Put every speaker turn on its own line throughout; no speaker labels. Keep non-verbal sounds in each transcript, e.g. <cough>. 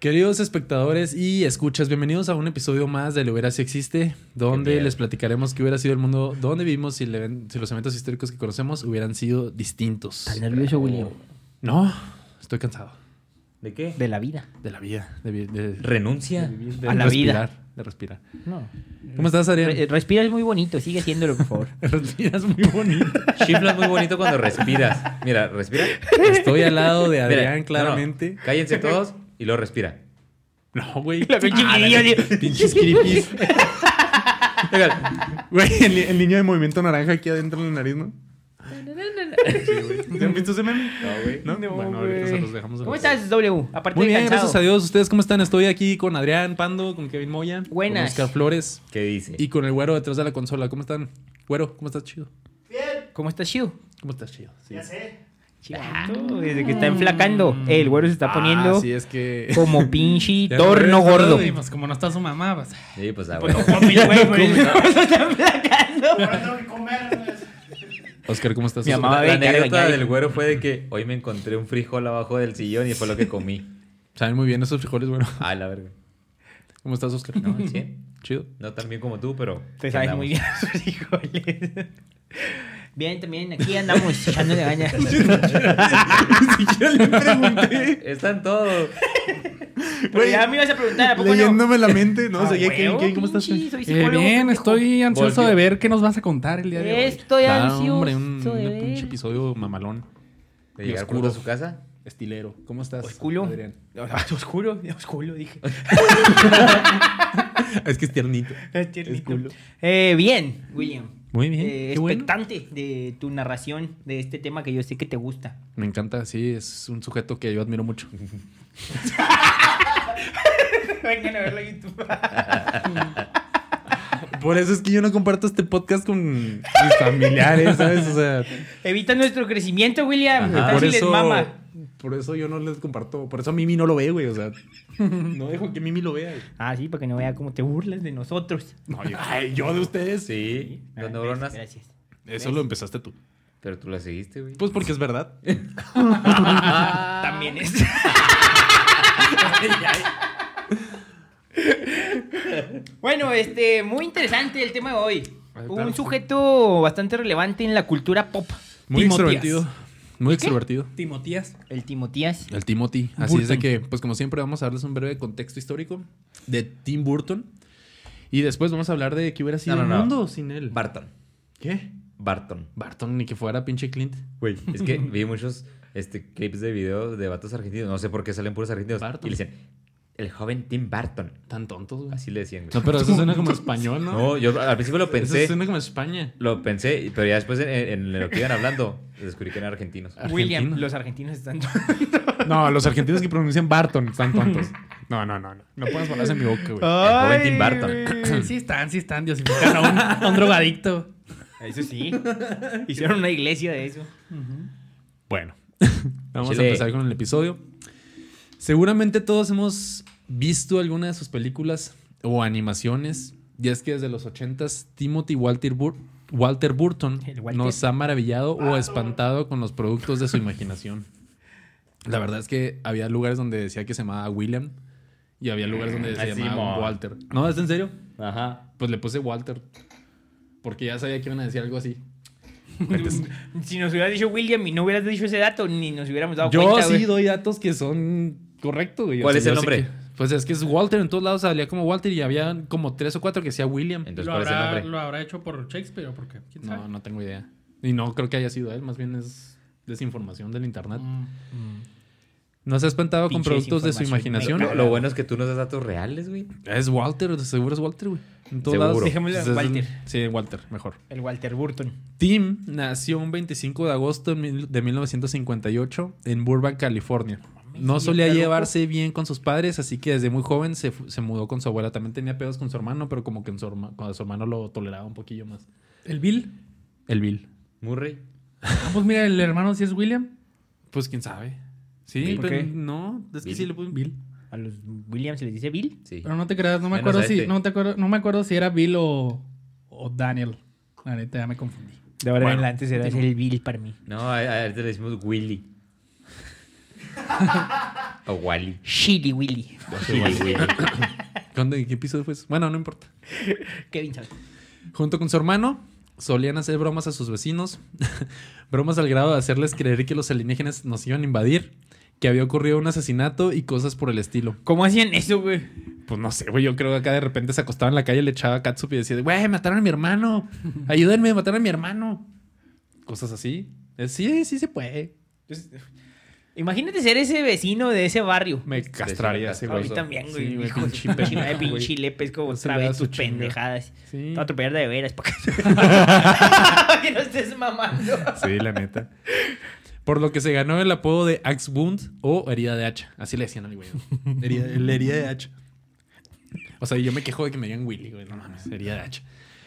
Queridos espectadores y escuchas, bienvenidos a un episodio más de Le hubiera si existe, donde
Genial.
les platicaremos qué hubiera sido el mundo donde vivimos si, el even- si los eventos históricos que conocemos hubieran sido distintos.
Está nervioso, William.
No, estoy cansado
¿De qué?
De la vida.
de la vida, de, vi- de-
Renuncia.
de
a la vida.
respirar, De respirar.
No.
¿Cómo estás,
Re- eh,
Ariel?
respira es muy bonito, sigue haciéndolo, por favor.
<laughs> Respiras muy
<laughs>
bonito.
Chiflas muy bonito cuando respiras. Mira, respira.
Estoy al lado de
Mira,
Adrián,
no,
claramente.
no, cállense todos y luego respira.
No, güey.
La pinche
Ah,
guilla,
dale,
tío.
Pinches creepies.
Oigan,
Güey, el, el niño de movimiento naranja aquí adentro en la nariz, ¿no? Sí, güey. ¿Sí han visto ese meme?
No, güey.
¿No? bueno, ahorita se los dejamos. a
¿Cómo
los-
estás, W? Aparte
Muy
de
bien,
cansado.
gracias a Dios. ¿Ustedes cómo están? Estoy aquí con Adrián Pando, con Kevin Moya,
Buenas.
con Oscar Flores
¿Qué dice?
y con el güero detrás de la consola. ¿Cómo están? Güero, ¿cómo estás, chido?
¿Cómo estás, Shiu?
¿Cómo estás, chido? Sí.
Chivato, desde que está enflacando. El güero se está poniendo
Mm. Ah, sí, <laughs> es que...
como pinche
Ya no
torno
voy a estar,
gordo.
güey.
<laughs>
Pues como no está su mamá, pues.
Sí, pues ah, bueno.
Oscar, ¿cómo estás?
Mi mamá.
La,
Ay,
la
carga,
anécdota
ya.
del güero fue de que hoy me encontré un frijol abajo del sillón y fue lo que comí.
Saben muy bien esos frijoles, güero.
Ah, la verga.
¿Cómo estás, Oscar? <laughs>
No, al 100.
Chido.
No tan bien como tú, pero.
Te sabes
andamos.
muy bien <laughs> sus frijoles. Bien, también
<laughs>
aquí andamos echándole gaña.
Están todos.
Pero ya me ibas a preguntar, ¿a poco no?
la mente, ¿no?
Ah,
Seguía
huevo,
Kevin, Kevin, ¿cómo estás?
pinche, soy
Eh,
psicólogo,
bien,
pendejo.
estoy ansioso
Volvió.
de ver qué nos vas a contar el día de hoy.
Estoy
Ah,
ansioso
hombre, un,
de
un pinche
ver.
episodio mamalón,
De
Y
llegar
oscuro.
pronto a su casa.
estilero. ¿Cómo estás,
Osculo. <laughs>
Adrián?
Oscuro, oscuro, dije.
Es que es tiernito.
Es tiernito. Eh, bien, William.
Muy bien,
Eh,
qué bueno.
expectante de tu narración de este tema que yo sé que te gusta.
Me encanta, sí, es un sujeto que yo admiro mucho.
<laughs>
Vengan a verlo en YouTube.
<laughs> Por eso es que yo no comparto este podcast con <laughs> mis familiares, ¿sabes? O sea,
Evita nuestro crecimiento, William. ¿Qué tal
Ah, por
si les
eso,
mama?
por eso yo no les comparto, por eso Mimi no lo ve, güey, o
<laughs>
sea, no dejo que Mimi lo vea. güey.
Ah, sí, para que no vea cómo te burlas de nosotros.
No, yo, ay, yo de ustedes,
Sí,
Ah,
dos neuronas.
Gracias.
eso lo empezaste tú.
Pero tú la seguiste, güey.
Pues porque es verdad.
También es. bueno, este, muy interesante el tema de hoy.
Ay, claro.
Un sujeto bastante relevante en la cultura pop.
<laughs> Muy
Timotías.
extrovertido, muy extrovertido.
Timotías.
El Timotías.
El Timothy. Así es de
Burton.
que, pues como siempre, vamos a darles un breve contexto histórico de Tim Burton. Y después vamos a hablar de qué hubiera sido
No, no,
el
no.
mundo sin él.
Barton.
¿Qué?
Barton.
Barton, ni que fuera pinche Clint.
Güey,
<laughs>
es que vi muchos este, clips de video de vatos argentinos. No sé por qué salen puros argentinos.
Barton.
Y le dicen, el joven Tim Barton.
Tan tontos, güey.
Así le decían, güey.
No, pero eso suena como español, <laughs> ¿no?
No, yo al principio lo
Eso
pensé.
suena como España.
Lo pensé, pero ya después en, en lo que iban hablando, descubrí que eran argentinos.
Argentino.
William, los argentinos están. <laughs>
No, los argentinos que pronuncian Barton están <laughs> tontos. No, no, no. No, no pones palabras en mi boca, güey.
joven Tim Burton.
güey.
Sí están, sí están, diosifican a un, a un drogadicto.
Eso sí. Hicieron una iglesia de eso.
Bueno, <laughs> vamos
Chile.
a empezar con el episodio. Seguramente todos hemos visto alguna de sus películas o animaciones. Y es que desde los 80s, Timothy Walter, Bur- Walter Burton
El Walter.
nos ha maravillado o espantado con los productos
<laughs>
de su imaginación. La verdad es que había lugares donde decía que se llamaba William y había lugares donde se
Así,
llamaba
mo.
Walter. ¿No? ¿Es en serio?
Ajá.
Pues le puse Walter porque ya sabía que iban a decir algo así.
Si nos hubieras dicho William y no hubieras dicho ese dato, ni nos hubiéramos dado
Yo
cuenta.
sí
güey.
doy datos que son correctos, güey. O
¿Cuál
sea,
es el
yo sé
nombre?
que- pues es que es Walter, en todos lados salía como Walter y había como tres o cuatro que decía William.
Entonces,
lo,
¿cuál es el
habrá,
nombre?
lo habrá hecho por Shakespeare o por qué. ¿Quién sabe?
No, no tengo idea. Y no creo que haya sido él, más bien es desinformación del internet.
Mm.
¿No se ha espantado con
Pinche
productos de su
desinformación.
imaginación?
Lo, lo bueno es que tú nos das datos reales, güey.
Es Walter, seguro es Walter, güey. En todos
Seguro.
lados.
Dejémosle
Entonces, es-
Walter.
Sí, Walter, mejor.
El Walter Burton.
Tim nació un 25 de agosto en mil- de 1958 en Burbank, California. No
sí,
solía
está loco.
llevarse bien con sus padres, así que desde muy joven se, fu- se mudó con su abuela. También tenía pedos con su hermano, pero como que en su, herma- cuando su hermano lo toleraba un poquillo más.
¿El Bill?
El Bill.
Murray.
Ah, pues mira, el hermano sí es William.
Pues quién sabe. Sí,
Bill.
pero
¿Por qué?
no, es que
Bill.
sí le puse Bill.
A los Williams se les dice Bill.
Sí.
Pero no te creas, no me
Menos
acuerdo
a
si
este.
no, te acuerdo, no me acuerdo si era Bill o, o Daniel. La neta, ya me confundí.
De ahora en adelante será el Bill para mí.
No, a, a él te le decimos Willy. O Wally.
Shilly Willy. <laughs>
¿Cuándo- ¿En qué episodio fue eso? Bueno, no importa.
Kevin sabe.
Junto con su hermano, solían hacer bromas a sus vecinos, <laughs> bromas al grado de hacerles creer que los alienígenas nos iban a invadir, que había ocurrido un asesinato y cosas por el estilo.
¿Cómo hacían eso, güey?
Pues no sé, güey, yo creo que acá de repente se acostaba en la calle, le echaba catsup y decía, güey, mataron a mi hermano, ayúdenme, mataron a mi hermano. Cosas así. Eh, Sí, sí se puede.
Imagínate ser ese vecino de ese barrio.
Me castraría ese
A
güey.
mí también, güey.
Sí, güey,
<laughs> hijo de
pinche
su chingada,
pendejo, güey.
pinche lepe, es como
Ese
otra
le da
vez
su
tus
chinga.
pendejadas.
Sí.
Te voy a atropellar de
<laughs>
veras, <laughs> pa' que no estés mamando.
Sí, la neta. Por lo que se ganó el apodo de Axe Wound o herida de hacha. Así le decían al güey. Herida, la herida de hacha. O sea, yo me quejo de que me digan Willy, güey. No mames, herida de hacha.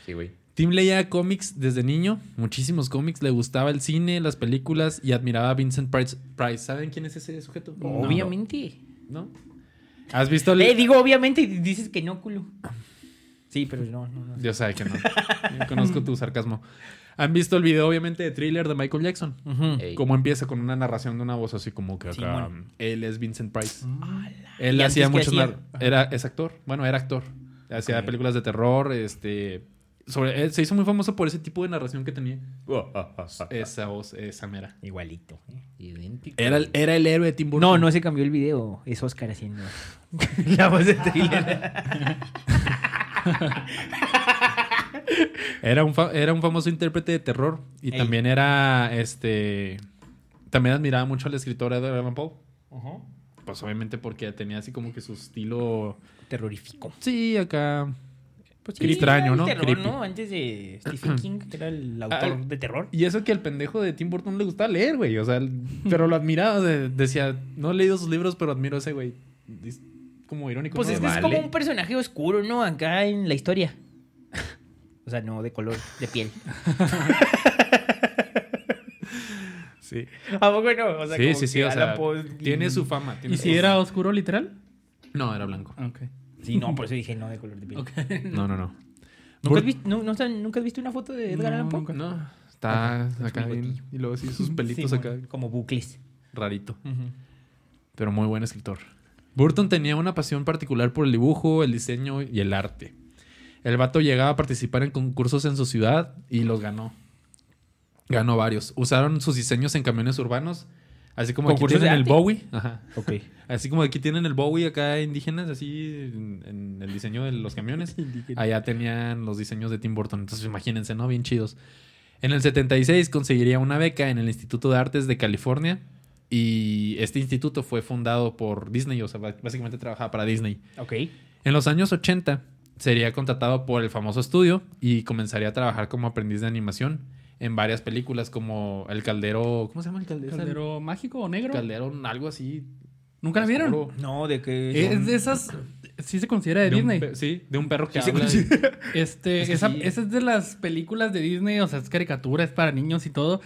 Sí, güey.
Tim leía cómics desde niño, muchísimos cómics. Le gustaba el cine, las películas y admiraba a Vincent Price. Price. ¿Saben quién es ese sujeto?
Obviamente.
¿No? ¿Has visto el.?
Eh, digo obviamente y dices que no, culo. Sí, pero no, no, no.
Yo sabe que no. Yo conozco tu sarcasmo. ¿Han visto el video, obviamente, de thriller de Michael Jackson?
Ey.
Como empieza con una narración de una voz así como que acá.
Simón. Mm.
él es Vincent Price.
¿Y
Él
antes
hacía
qué
muchos.
hacía?
nar- Era, es actor. Bueno, era actor. Hacía
Ok.
películas de terror. Este. Sobre, él se hizo muy famoso por ese tipo de narración que tenía.
Oh,
Esa voz, esa mera.
Igualito. eh.
Idéntico.
Era el, era el héroe de Tim Burton.
No, no se cambió el video. Es Oscar haciendo <laughs> la voz de thriller.
Era un, fa- era un famoso intérprete de terror. Y
Ey.
también era. Este. También admiraba mucho a la escritora de Allan Poe. Pues obviamente porque tenía así como que su estilo.
Terrorífico.
Sí, acá. Pues
Sí, era
extraño,
el
¿no?
terror,
Creepy.
¿no? Antes de <clears throat> Stephen King, que era el autor
Ah,
de terror.
Y eso que al pendejo de Tim Burton le gustaba leer, güey. O sea,
<laughs>
el- pero lo admiraba. o sea, decía, no he leído sus libros, pero admiro a ese güey. Es como irónico.
Pues
¿no?
este es
vale.
como un personaje oscuro, ¿no? Acá en la historia. <laughs> O sea, no de color, de piel.
Sí,
<laughs> ¿A poco no? O sea,
sí,
como
sí. sí,
que
o
Alan
sea,
Poe-
tiene su fama. tiene
¿Y
su-
si era oscuro literal?
No, era
<laughs>
blanco.
Ah, Ok.
Sí, no, por eso dije no de color de piel.
Ok.
No, no, no.
¿Nunca, has visto, no- no has- nunca has visto una foto de Edgar
No,
Allan Poe?
nunca.
No, está acá
muy
bien. Y luego sí, sus pelitos
Sí,
acá.
Como bucles.
Rarito. Pero muy buen escritor. Burton tenía una pasión particular por el dibujo, el diseño y el arte. El vato llegaba a participar en concursos en su ciudad y los ganó. Ganó varios. Usaron sus diseños en camiones urbanos. Así como aquí
¿Concursos de
tienen el
arte?
Bowie. Ajá.
<laughs> Ok.
Así como aquí tienen el Bowie acá indígenas, así en, en el diseño de los camiones. Allá tenían los diseños de Tim Burton. Entonces imagínense, ¿no? Bien chidos. En el 76 conseguiría una beca en el Instituto de Artes de California. Y este instituto fue fundado por Disney, o sea, ba- básicamente trabajaba para Disney.
Ah, Ok.
En los años 80 sería contratado por el famoso estudio y comenzaría a trabajar como aprendiz de animación en varias películas como El Caldero... ¿Cómo se llama el Caldero?
¿Caldero mágico o negro?
Caldero, algo así.
¿Nunca la vieron? Eh,
Oscuro.
No, de que.
Es de esas. Sí se considera de,
De un
Disney.
pe- sí, de un perro que
Sí,
habla.
sí.
y-
Este,
Es que
esa,
sí.
esa es de las películas de Disney, o sea, es caricatura, es para niños y todo.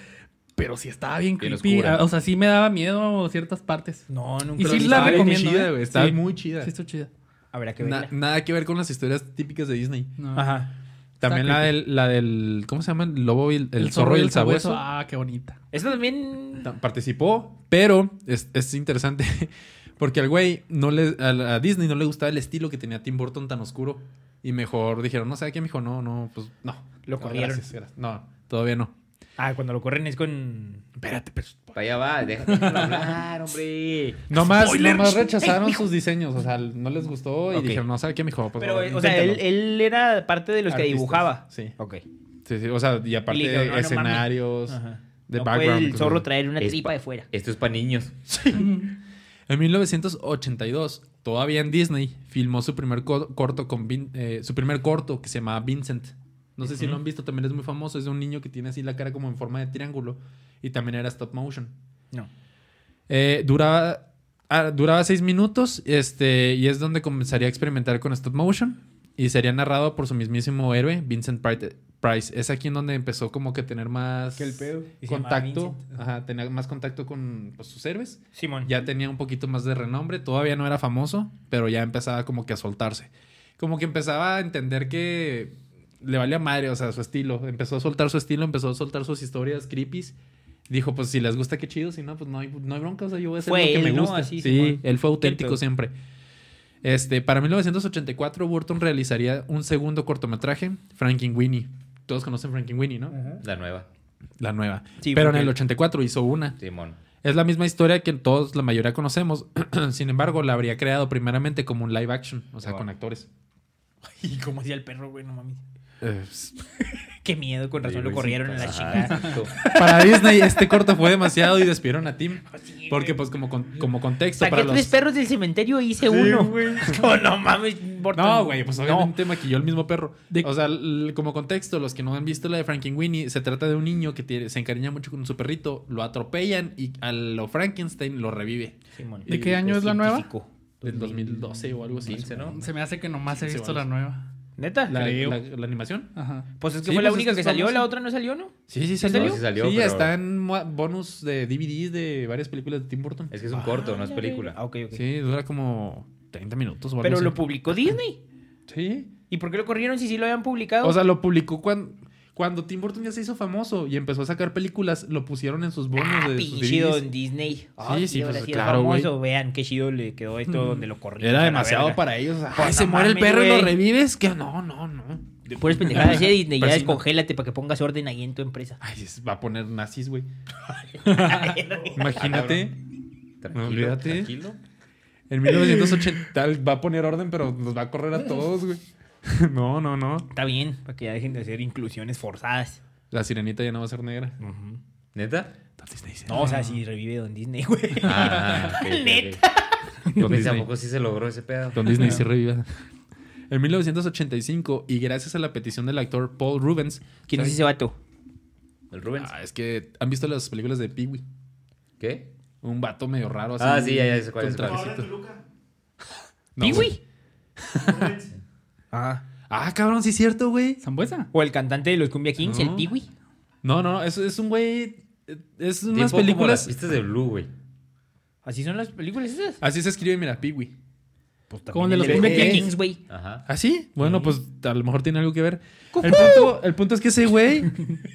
Pero sí estaba bien
Bien
creepy.
oscura.
ah, O sea, sí me daba miedo ciertas partes.
No, nunca.
Y
lo
sí
he
la
estaba
visto.
bien
recomiendo.
chida,
¿eh?
güey, estaba
Sí.
muy chida.
Sí, está chida.
Habrá que
Na-
verla.
nada que ver con las historias típicas de Disney.
No.
Ajá.
También
Está
la del, la del. ¿Cómo se llama? El lobo y el, el zorro y el sabueso.
Ah, qué bonita.
Esto también.
Ta- Participó, pero es, es interesante <laughs> porque al güey no le, a, la- a Disney no le gustaba el estilo que tenía Tim Burton tan oscuro. Y mejor dijeron, no sé qué, mijo, no, no, pues no.
Lo
No,
corrieron.
gracias, gracias. No, todavía no.
Ah, cuando lo corren es con.
Espérate, pero.
<laughs>
Para allá va, déjame hablar, hombre.
Nomás,
Spoilers.
nomás
<laughs>
rechazaron sus diseños, o sea, no les gustó y
Ok.
dijeron, no sé qué, mijo. Pues,
Pero,
no,
o sea,
inténtalo".
él, él era parte de los que
Artistas,
dibujaba.
sí.
Ok.
Sí, sí, o sea, y aparte
Y le dijeron, "No, no
escenarios,
Ajá.
de
no puede
background.
el zorro traer una
Es
tripa
pa-
de fuera.
Esto es para niños.
En 1982, todavía en Disney, filmó su primer co- corto con Vin- eh, su primer corto que se llamaba Vincent. No sé si lo han visto, también es muy famoso. Es de un niño que tiene así la cara como en forma de triángulo y también era stop motion.
No.
Eh, duraba, ah, duraba seis minutos este, y es donde comenzaría a experimentar con stop motion y sería narrado por su mismísimo héroe, Vincent Pri- Price. Es aquí en donde empezó como que tener más
Que el pedo. Y se llamaba
contacto,
Vincent.
ajá, tener más contacto con pues, sus héroes
Simón.
ya tenía un poquito más de renombre, todavía no era famoso, pero ya empezaba como que a soltarse. Como que empezaba a entender que le valía madre, o sea, su estilo. Empezó a soltar su estilo, empezó a soltar sus historias creepies. Dijo, pues si les gusta, qué chido. Si no, pues no hay, no hay bronca. O sea, yo voy a hacer
Fue
lo que
él,
me
¿no?
gusta.
Así,
sí,
Simón.
él fue auténtico
pedo.
siempre. Este, para 1984, Burton realizaría un segundo cortometraje, Frankenweenie. Todos conocen Frankenweenie, ¿no?
La nueva.
La nueva.
Sí,
Pero en
porque-
el 84 hizo una.
Simón.
Es la misma historia que todos, la mayoría conocemos. <clears throat> Sin embargo, la habría creado primeramente como un live action, o sea,
Wow.
con actores.
<laughs> Y como hacía el perro, güey, no mames.
Eh,
Qué miedo, con razón
Sí,
lo
güey,
corrieron
sí,
en la
ajá, <laughs>
chingada.
exacto.
para Disney, este corto fue demasiado y despidieron a Tim.
Sí,
Porque,
güey.
pues, como, con- como contexto,
Saqué
para
tres
los.
perros del cementerio e hice uno. <laughs> No, no mames, Burton.
No, güey, pues
No.
obviamente maquilló el mismo perro.
De-
O sea, l- como contexto, los que no han visto la de Frankenweenie, se trata de un niño que tiene- se encariña mucho con su perrito, lo atropellan y a lo Frankenstein lo revive.
Simón.
¿De
Y,
qué año
pues,
es la nueva?
Científico.
Del 2012 o algo así.
15, ¿no?
Se me hace que nomás he
Sí,
visto
vale.
la nueva.
¿Neta?
La,
Creo.
la- la animación.
Ajá.
Pues es que
Sí,
fue la
pues,
única
es que
que
es
salió,
famosa.
la otra no salió, ¿no?
Sí, sí,
salió?
salió.
Sí salió,
Sí,
pero-
está en mo- bonus de DVDs de varias películas de Tim Burton.
Es que es un corto, no es película.
Ah, ok, ok.
Sí, dura como 30 minutos o algo
Pero
así.
lo publicó Disney.
Sí.
¿Y por qué lo corrieron si sí lo habían publicado?
O sea, lo publicó cuando, cuando Tim Burton ya se hizo famoso y empezó a sacar películas, lo pusieron en sus bonos
Ah,
de sus
pinche
DVDs.
Don Disney.
Sí,
Ay,
sí,
ahora
pues,
es
claro, güey. Mm.
famoso. Vean qué chido le quedó esto donde lo corrieron.
Era
a la
demasiado
verga.
para ellos. Ay,
Pues,
se
no
muere el
mames,
perro y
güey.
lo revives. Que no, no, no.
De
<laughs>
puras pendejadas de Disney. Ya
Persino.
descongélate para que pongas orden ahí en tu empresa.
<laughs> Ay, es- va a poner nazis, güey.
Ay,
Imagínate.
Tranquilo,
Olvídate.
tranquilo.
En 1980 va a poner orden, pero nos va a correr a todos, güey. <laughs> No, no, no.
Está bien, para que ya dejen de hacer inclusiones forzadas.
La sirenita ya no va a ser negra.
¿Neta?
<laughs> No, o sea, si revive Don Disney,
<laughs>
güey.
Ah, ok, ok, ok.
<laughs> Neta.
Yo
Don
pensé,
Disney.
Pues tampoco sí se logró ese pedo.
Don Disney sí reviva. En 1985, y gracias a la petición del actor Paul Rubens.
¿Quién es ese vato?
El Rubens.
Ah, es que han visto las películas de Pee-Wee.
¿Qué?
Un vato medio raro así.
Ah, sí, ya, ya sé cuál,
con
ya sé cuál.
trajecito. <laughs> No, güey.
¿Piwi? <laughs> Ah.
Ah, cabrón, sí es cierto, güey.
¿Zambuesa?
O el cantante de los Cumbia Kings,
No.
el Piwi.
No, no, no, es, es un güey. Es
Tipo
unas
como las
películas.
pistas de Blue, güey.
¿Así son las películas esas?
Así se escribe, mira, Piwi.
Pues
Como el de los
El
Cumbia
Cumbia
Kings.
Kings, güey.
Ajá.
¿Ah, sí? Bueno, pues a lo mejor tiene algo que ver. El punto, el punto es que ese güey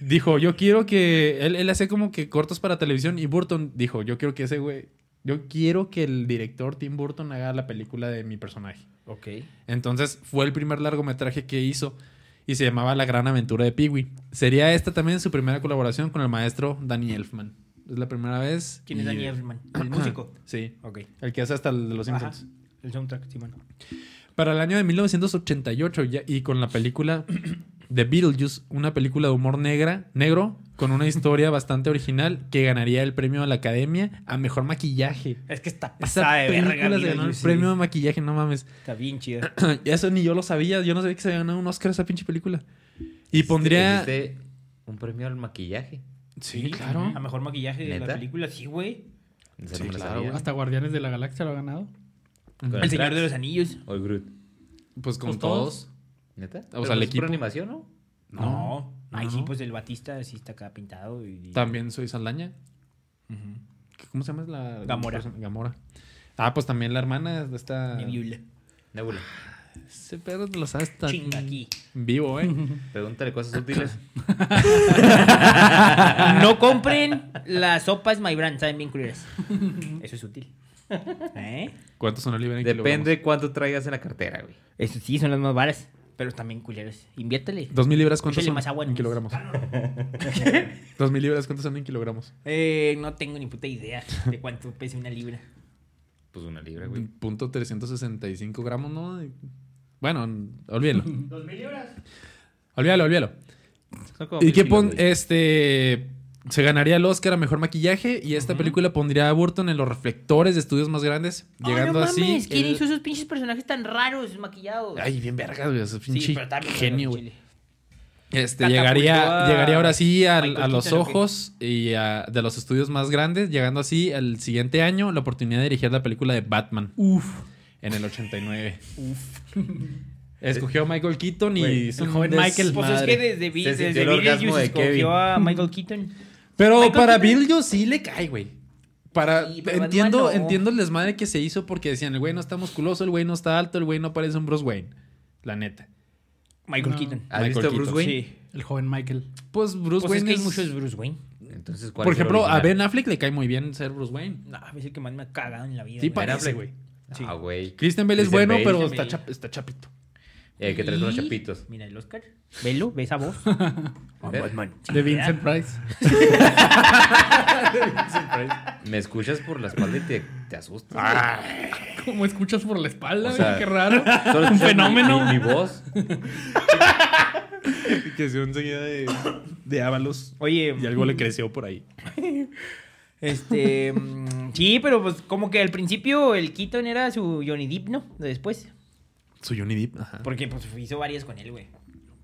dijo: Yo quiero que. Él, él hace como que cortos para televisión. Y Burton dijo: Yo quiero que ese güey. Yo quiero que el director Tim Burton haga la película de mi personaje.
Ok.
Entonces fue el primer largometraje que hizo y se llamaba La Gran Aventura de Peewee. Sería esta también su primera colaboración con el maestro Danny Elfman. Es la primera vez.
¿Quién
y-
es Daniel <clears throat> Elfman? El músico.
Sí,
Ok.
el que hace hasta el de los
Ajá.
Simpsons.
El soundtrack, sí, mano.
Para el año de 1988 ya- y con la película The Beetlejuice, una película de humor negra, negro con una historia bastante original que ganaría el premio de la Academia a mejor maquillaje.
Es que está
Esa
pasada de verga.
película se
mira,
ganó
yo
el
sí.
premio de maquillaje, no mames. <clears throat>
Está bien chida.
Eso ni yo lo sabía. Yo no sabía que se había ganado un Oscar esa pinche película. Y pondría.
Existe un premio al maquillaje.
Sí, claro.
A mejor maquillaje de la
¿Neta?
película, sí, güey.
Esa
Sí,
no me la
claro,
sabía.
güey.
Hasta Guardianes de la Galaxia lo ha ganado.
Con
El Señor
Drax
de los Anillos.
O el Groot.
Pues con
Pues
todos.
todos.
¿Neta? pues,
O sea, el
es
equipo.
pura animación, ¿no?
No.
Ay,
No.
sí, pues el Batista sí está acá pintado. Y...
También soy Saldaña. ¿Cómo se llama la.
Gamora.
Gamora. Ah, pues también la hermana de esta.
Nebula.
Nebula.
Ese perro te lo sabes tan
Chinga aquí.
vivo, ¿eh?
Pregúntale cosas
<clears throat>
útiles.
No compren las sopas My Brand, saben bien culeras. Eso es útil. <laughs> ¿Eh?
<laughs> ¿Cuántos son Oliver en
Depende cuánto traigas en la cartera, güey.
Eso sí, son las más varas, pero también culeras. Inviértele.
Dos mil libras, ¿cuántos
Échale
son
más agua,
en
¿no? <laughs>
kilogramos? <laughs> Dos mil libras, ¿cuántos son en kilogramos?
Eh, no tengo ni puta idea de cuánto pesa una libra.
Pues una libra, güey.
Punto 365 gramos, ¿no? Bueno,
<laughs>
olvídalo. Dos mil libras. Olvídalo, olvídalo.
Son como
¿Y
mil
qué
kilos,
pon
güey.
este se ganaría el Oscar a mejor maquillaje y esta película pondría a Burton en los reflectores de estudios más grandes, llegando
Ay, no
así
Mames, ¿Quién
el-
hizo esos pinches personajes tan raros, maquillados?
Ay, bien vergas, güey, ese
sí,
pinche
pero también
genio, güey. Este
Catapultó
llegaría
a
llegaría ahora sí al-
Michael
a, los
Keaton, ¿o qué?
ojos y a- de los estudios más grandes, llegando así al siguiente año la oportunidad de dirigir la película de Batman. Uf, en el 89. Uf. <laughs> Escogió a Michael Keaton y
Güey,
hizo
el
un
joven Michael.
Pues
desmadre.
es que desde, Be-
Se
desde
sintió el
Beetlejuice
orgasmo de
escogió
Kevin.
a Michael Keaton.
Pero
Michael
para
Keaton.
Bill yo sí le cae, güey. Para,
Sí, pero
entiendo,
Batman no.
entiendo el desmadre que se hizo porque decían, el güey no está musculoso, el güey no está alto, el güey no parece un Bruce Wayne. La neta.
Michael
No.
Keaton.
¿Has
Michael
visto Bruce
Keaton,
Wayne?
Sí.
El joven Michael.
Pues Bruce
Pues es
Wayne
que hay
es-
muchos Bruce Wayne.
Entonces, ¿cuál
Por
es el
ejemplo, a
original?
Ben Affleck le cae muy bien ser Bruce Wayne.
No, es el que más me ha cagado en la vida.
Sí,
güey.
parece, güey.
Sí.
Ah, güey.
Christian Bale es
Christian
bueno,
Bale.
pero
Christian
está,
Bale.
chap- está chapito.
El Eh, que trae
Y-
unos chapitos.
Mira el Oscar. Velo, ve esa voz.
¿Eh?
Ah,
De Vincent <laughs> Price.
Me escuchas por la espalda y te, te asustas.
¿Cómo escuchas por la espalda?
O sea,
Qué <laughs> raro.
Solo
un
escuchas mi-
fenómeno.
Mi, mi voz.
Que se un seguida de, de Ábalos.
Oye, mm,
le creció por ahí.
<laughs> este. mm, sí, pero pues como que al principio el Keaton era su Johnny Depp, ¿no? De después.
Su Johnny Depp. Ajá.
Porque pues hizo varias con él, güey.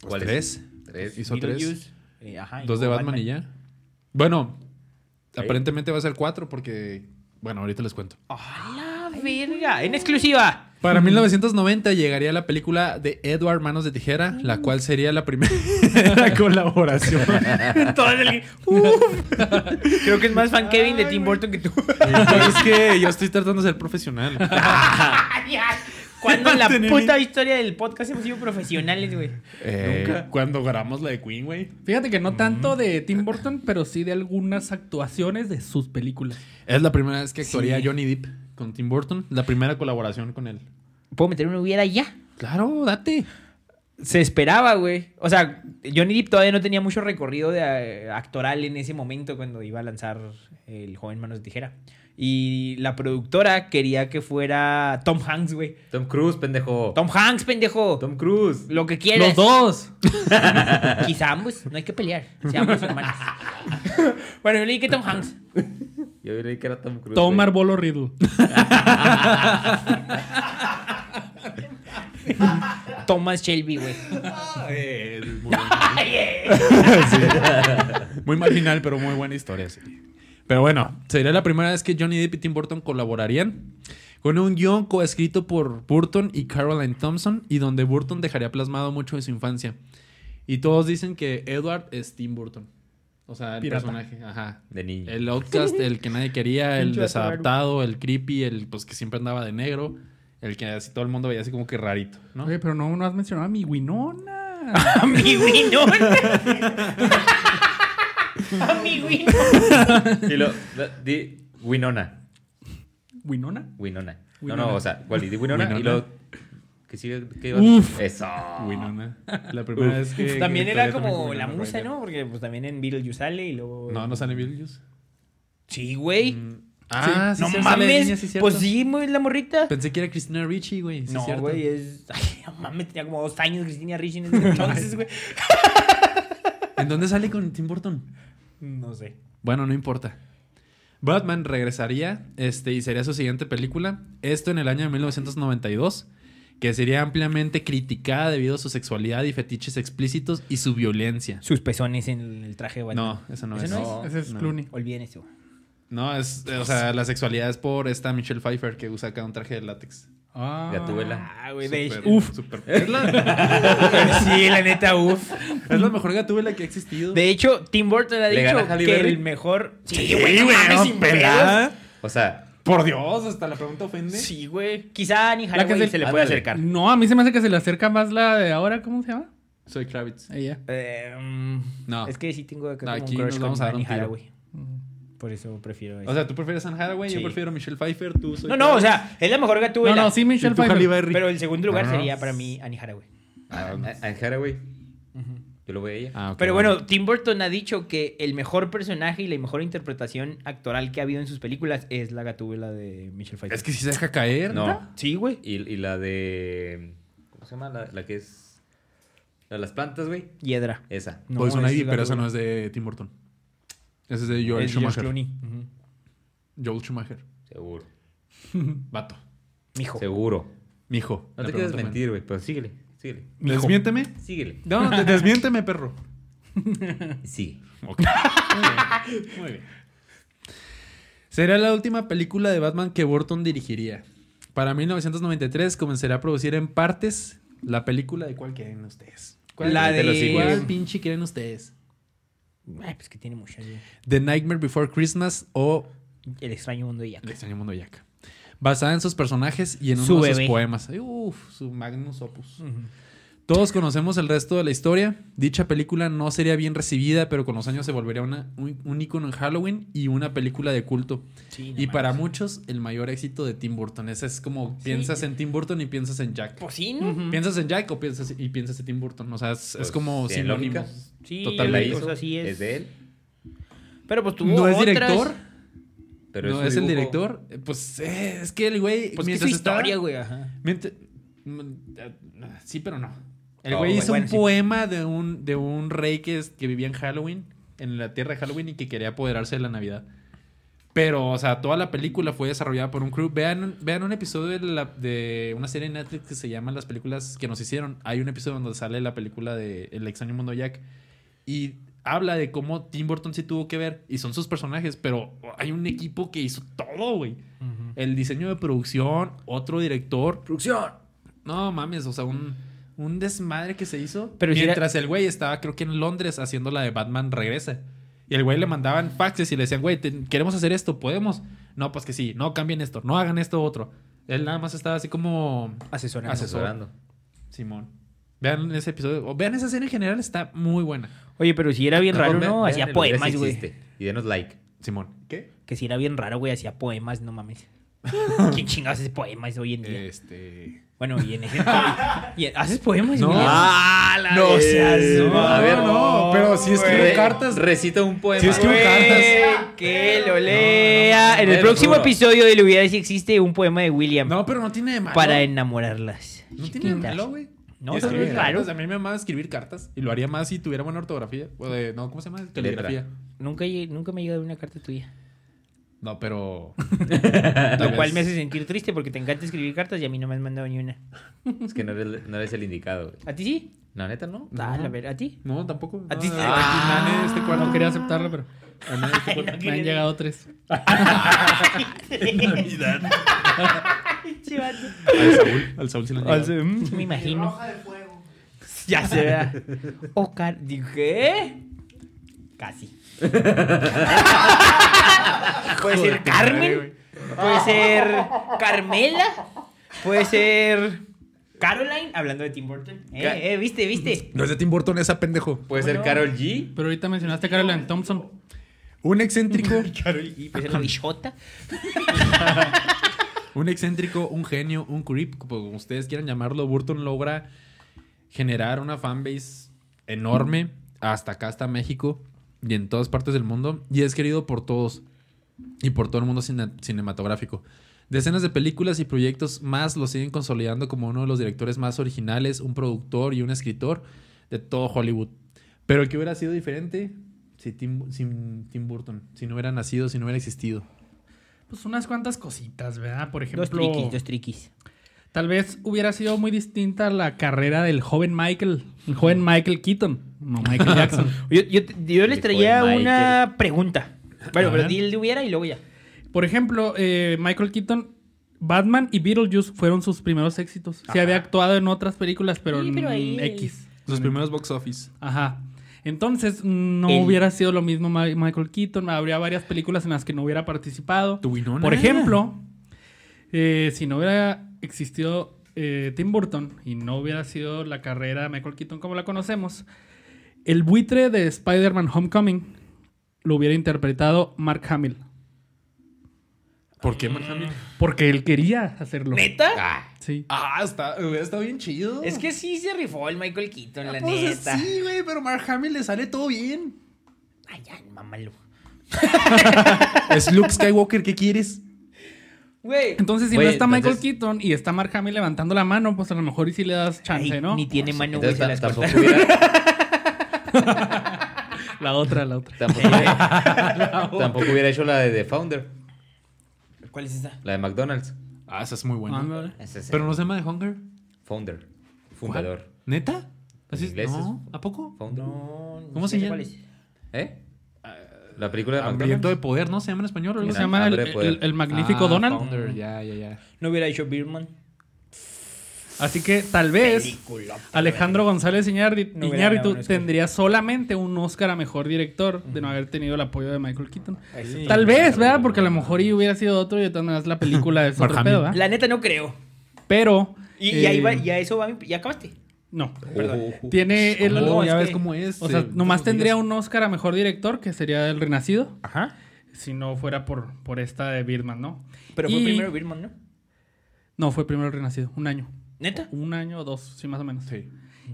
Pues
¿Cuál es?
tres.
Tres.
Hizo tres.
Beetlejuice, eh, ajá, y
Dos de
luego
Batman, y ya. Bueno,
¿Sí?
aparentemente va a ser cuatro porque... Bueno, ahorita les cuento.
¡A la verga!
<laughs>
¡En exclusiva!
Para 1990 llegaría la película de Edward Manos de Tijera, la cual sería la primera <laughs> colaboración. <laughs>
Todas <laughs> el- ¡Uf! Creo que es más
Ah,
fan Kevin de Tim Burton que tú. <laughs>
Pues es que yo estoy tratando de ser profesional. <laughs>
Cuando en la
Tener-
puta historia del podcast hemos sido profesionales, güey.
Eh,
Nunca.
Cuando grabamos la de Queen, güey.
Fíjate que no tanto de Tim Burton, pero sí de algunas actuaciones de sus películas.
Es la primera vez que actuaría
Sí.
Johnny Depp con Tim Burton. La primera colaboración con él.
¿Puedo meter una hubiera ya?
Claro, date.
Se esperaba, güey. O sea, Johnny Depp todavía no tenía mucho recorrido de eh, actoral en ese momento cuando iba a lanzar El joven manos de tijera. Y la productora quería que fuera Tom Hanks, güey.
Tom Cruise, pendejo.
Tom Hanks, pendejo.
Tom Cruise.
Lo que
Los
quieras.
dos.
<laughs> Quizá ambos. No hay que pelear. Seamos
<laughs>
hermanos. bueno, yo le dije Tom Hanks.
Yo leí que era Tom Cruise.
Tom
güey.
Arbolo Riddle.
Thomas Shelby, güey.
Eh,
eh.
Muy marginal, pero muy buena historia. sí. Pero bueno, sería la primera vez que Johnny Depp y Tim Burton colaborarían con un guión coescrito por Burton y Caroline Thompson y donde Burton dejaría plasmado mucho de su infancia. Y todos dicen que Edward es Tim Burton. O sea, el
Pirata.
personaje. Ajá.
De niño.
El outcast, el que nadie quería, el
Pinche
desadaptado, el creepy, el pues que siempre andaba de negro, el que así todo el mundo veía así como que rarito, ¿no?
<laughs> Oye, pero no, no has mencionado a mi Winona.
<laughs> A mi Winona. A mi Winona.
Y lo- la- di Winona.
<laughs> ¿Winona?
Winona.
Winona.
No, no, o sea, ¿cuál? Di Winona,
Winona.
y luego. ¿Qué sigue? ¿Qué
Uf.
Eso.
Winona. La primera vez que.
También
que
era
actuaría también
como
con
la
Winona
musa,
Ryder.
¿no? Porque pues también en Beetlejuice sale y luego...
No, no sale Beetlejuice.
Sí, güey.
Ah, sí,
no
sí, sale de
mames.
niña, sí, cierto.
pues sí, güey, la morrita.
Pensé que era Cristina Ricci, güey. sí,
no,
cierto.
güey, eh. es... Ay, no mames, tenía como dos años Cristina Ricci
<laughs>
en ese entonces, güey.
¿En dónde sale con Tim Burton?
No sé.
Bueno, no importa. Batman regresaría este, y sería su siguiente película. Esto en el año de 1992, que sería ampliamente criticada debido a su sexualidad y fetiches explícitos y su violencia.
Sus pezones en el traje de Batman.
No, esa no
¿Ese
es.
no Pues
No,
Ese es
no.
Clooney.
Olviden eso.
es, o sea, la sexualidad es por esta Michelle Pfeiffer que usa acá un traje de látex.
Ah.
Gatúbela.
Ah, güey, de...
Súper- <laughs>
Uf.
súper- es, la, <laughs>
sí, la neta, uff.
es la mejor gatúbela que ha existido.
De hecho, Tim Burton ha
¿Le
dicho
gana Halle
que
Berry?
el mejor... Sí,
Sí,
no
güey,
mames,
no,
sin
pelada.
O sea,
Por Dios, hasta la pregunta ofende.
Sí, güey. Quizá ni
La que
Haraway
se-
se le puede
Ándale.
acercar.
No, a mí se me hace que se le acerca más la de ahora. ¿Cómo se llama?
Soy Kravitz.
Ella.
Eh, mm,
No.
Es que sí tengo acá
No,
como
aquí
un crush
nos
con
vamos a dar
Annie
un tiro.
Haraway. Por eso prefiero eso.
O sea, tú prefieres Anne Hathaway, yo
Sí.
prefiero Michelle Pfeiffer, tú soy
no, no, o sea, es la mejor
No,
gatúbela.
no, sí, Michelle
Y tú, Halle
Pfeiffer.
Berry.
Pero el segundo lugar
No, no, no.
sería para mí Annie Haraway.
a- a- Anne Hathaway. Yo lo voy a ella.
Ah, ok,
Pero bueno, Tim Burton ha dicho que el mejor personaje y la mejor interpretación actoral que ha habido en sus películas es la gatúbela de Michelle Pfeiffer.
Es que si se deja caer, ¿no?
No.
Sí, güey.
Y, y la de. ¿Cómo se llama? La, la que es. La de las plantas, güey.
Hiedra.
Esa.
Pues Poison
esa
Ivy,
es
pero esa
Gatúbela.
no es de Tim Burton. Esa es de Joel
Es de George
Schumacher.
Clooney. Ujú.
Joel Schumacher.
Seguro.
Vato.
Mijo.
Seguro.
Mijo.
No
La
te quieres
pregunta,
mentir, güey, pero síguele. Síguele.
man. Desmiénteme.
<laughs> Síguele.
No, de- desmiénteme, perro.
Sigue.
Muy bien. Será la última película de Batman que Burton dirigiría. Para 1993 comenzará a producir en partes la película de cuál quieren ustedes. ¿Cuál,
La
de los
de-
¿Cuál pinche quieren ustedes?
Ay, pues que tiene mucho. güey.
The Nightmare Before Christmas o
El extraño mundo de Jack.
El extraño mundo de Jack. Basada en sus personajes y en uno
Su
de sus
bebé.
poemas. Uf, su magnus opus.
Ujú.
Todos conocemos el resto de la historia. Dicha película no sería bien recibida, pero con los años se volvería una, un, un ícono en Halloween y una película de culto. y para muchos, el mayor éxito de Tim Burton. Ese es como piensas en Tim Burton y piensas en Jack.
Pues sí, ¿no?
Ujú.
Piensas en Jack o piensas y piensas en Tim Burton. O sea, es, es
Pues,
como
tiene
sinónimo.
lógica.
Sí,
Total, la
Totalmente.
hizo.
pues así es.
es de él.
Pero pues tuvo
No es
otras-
director,
Pero
no
su
es el
dibujo.
director. Eh, Pues eh, es que el güey.
Pues que es
mientras
su
estaba-
historia, güey. ajá.
Miente- mm, eh, Sí, pero no. El
Oh,
güey hizo
bueno,
un
sí.
poema de un, de un rey que, es- que vivía en Halloween, en la tierra de Halloween y que quería apoderarse de la Navidad. Pero, o sea, toda la película fue desarrollada por un crew. Vean, vean un episodio de, la- de una serie de Netflix que se llama Las películas que nos hicieron. Hay un episodio donde sale la película de El extraño mundo de Jack. Y habla de cómo Tim Burton sí tuvo que ver. Y son sus personajes, pero hay un equipo que hizo todo, güey.
Eh,
El diseño de producción, otro director.
¡Producción!
No mames, o sea, un, un desmadre que se hizo.
Pero si era-
mientras el güey estaba, creo que en Londres, haciendo la de Batman Regresa. Y el güey le mandaban faxes y le decían, güey, te- queremos hacer esto, podemos. No, pues que sí, no cambien esto, no hagan esto otro. Él nada más estaba así como
Asesorando.
Asesor.
Asesorando.
Simón. Vean ese episodio, o vean esa serie en general, está muy buena.
Oye, pero si era bien raro,
ve-
¿no?
vean
Hacía
el video si
poemas, güey.
existe. Y denos like.
Simón. ¿Qué?
Que si era bien raro, güey, hacía poemas, no mames. ¿Quién chingados hace poemas hoy en día?
Este.
Bueno, y en ese y- ¿Haces poemas,
No.
Emiliano?
¡Ah! La
No seas-
verga!
no,
A ver,
no, pero si escribo
Güey,
cartas-
Recita un poema.
Si escribo
Güey,
cartas.
Que lo lea.
no, no,
en el
te lo
próximo
juro.
episodio de Luviera si existe un poema de William
No, pero no tiene de malo.
para enamorarlas.
No tiene de
Chiquitas.
malo, güey.
No,
Y
está
escribir
bien raro.
cartas. A mí me amaba escribir cartas. Y lo haría más si tuviera buena ortografía. O de, no, ¿cómo se llama? Caligrafía.
Nunca, lle- nunca me ha llegado una carta tuya.
No,
<laughs>
pero. Ah,
Lo cual me hace sentir triste porque te encanta escribir cartas y a mí no me han mandado ni una.
Es que no eres, no eres el indicado, güey.
¿A ti sí?
La neta, ¿no?
Dale, a ver, ¿a ti?
No, tampoco.
A ti sí.
Ah, aquí, nada, este cuarto.
<laughs>
No quería aceptarlo, pero
Nada, este cuarto.
me han llegado tres.
Al Saúl. Al Saúl sí le han llegado.
Me imagino. Ya se vea. Oscar, dije. Casi. Puede ser Pues, Carmen. Puede ser Carmela. Puede ser Caroline. Hablando de Tim Burton.
Ca-
Eh, eh,
<laughs>
viste, viste.
No es de Tim Burton esa pendejo.
Puede ser Carol G.
Pero ahorita mencionaste a Caroline Thompson.
Un
<laughs>
excéntrico.
Y puede ser la bichota.
un excéntrico, un genio, un creep, como ustedes quieran llamarlo. Burton logra generar una fanbase enorme hasta acá, hasta México y en todas partes del mundo. Y es querido por todos y por todo el mundo cine- cinematográfico. Decenas de películas y proyectos más lo siguen consolidando como uno de los directores más originales, un productor y un escritor de todo Hollywood. Pero que hubiera sido diferente si Tim, sin Tim Burton, si no hubiera nacido, si no hubiera existido.
Pues unas cuantas cositas, ¿verdad? Por ejemplo,
Dos triquis, dos triquis.
tal vez hubiera sido muy distinta la carrera del joven Michael, el joven Michael Keaton, no <laughs> Michael Jackson.
Yo, yo te- yo les
Hijo de
traía
Michael.
una pregunta. Bueno,
A
pero
ver.
di el de hubiera y luego ya.
Por ejemplo, eh, Michael Keaton, Batman y Beetlejuice fueron sus primeros éxitos. Se había actuado en otras películas, pero
Sí,
en
pero ahí el-
X.
Los primeros box office.
Ajá. Entonces, no
El-
hubiera sido lo mismo Ma- Michael Keaton. Habría varias películas en las que no hubiera participado.
Tu Winona.
Por ejemplo, eh, si no hubiera existido eh, Tim Burton y no hubiera sido la carrera de Michael Keaton como la conocemos, el buitre de Spider-Man Homecoming lo hubiera interpretado Mark Hamill.
¿Por qué Mark Hamill?
Porque él quería hacerlo.
¿Neta?
Ah,
Sí.
Ah, está, hubiera estado bien chido.
Es que sí se rifó el Michael Keaton, la
Pues,
neta.
sí, güey, pero Mark Hamill le sale todo bien.
Ay, ya, mámalo.
Es Luke Skywalker, ¿qué quieres?
Güey.
Entonces, si
Güey,
no está Michael
entonces-
Keaton y está Mark Hamill levantando la mano, pues a lo mejor y si le das chance,
ay,
¿no?
Ni tiene mano, güey,
entonces
se las
ta- tampoco
cortaron.
<laughs> hubiera,
La otra, la otra.
<laughs> tampoco, hubiera- tampoco hubiera hecho la de The Founder,
¿Cuál es esa?
la de McDonald's.
Ah, esa es muy buena.
Ándale.
Ese es el
Pero no se llama de Hunger.
Founder, fundador.
¿Neta?
En
Así,
inglés
no, ¿A poco?
Founder.
No,
¿Cómo se
sé
llama?
cuál es.
¿Eh? La película de
Hambriento de
McDonald's.
poder, ¿no? ¿Se llama en español o algo
¿Cómo
así?
se llama el,
Hambre de poder.
el- el magnífico
Ah,
Donald?
Founder, ya, ya, ya.
No hubiera dicho Birman.
Así que tal vez
Película,
Alejandro González Iñárritu,
No hubiera
Iñárritu
ganado un Oscar.
tendría solamente un Oscar a mejor director de no haber tenido el apoyo de Michael Keaton.
Ahí sí.
Tal vez, ¿verdad? Porque a lo mejor y hubiera sido otro y de todas maneras la película es
Mark
otro
Hamill.
pedo, ¿verdad?
La neta no creo.
Pero.
Y, y ahí
¿Ah? eh,
va, ya eso va, mi- ya acabaste.
No.
Perdón.
Tiene el.
Oh,
No,
ya
es
ves
que-
cómo es.
O sea,
eh,
nomás
todos los
tendría
días.
un Oscar a mejor director, que sería El Renacido,
Ajá.
si no fuera por, por esta de Birdman, ¿no?
Pero fue
Y-
primero Birdman, ¿no?
No, fue primero El Renacido, un año.
¿Neta?
Un año o dos, sí, más o menos.
Sí.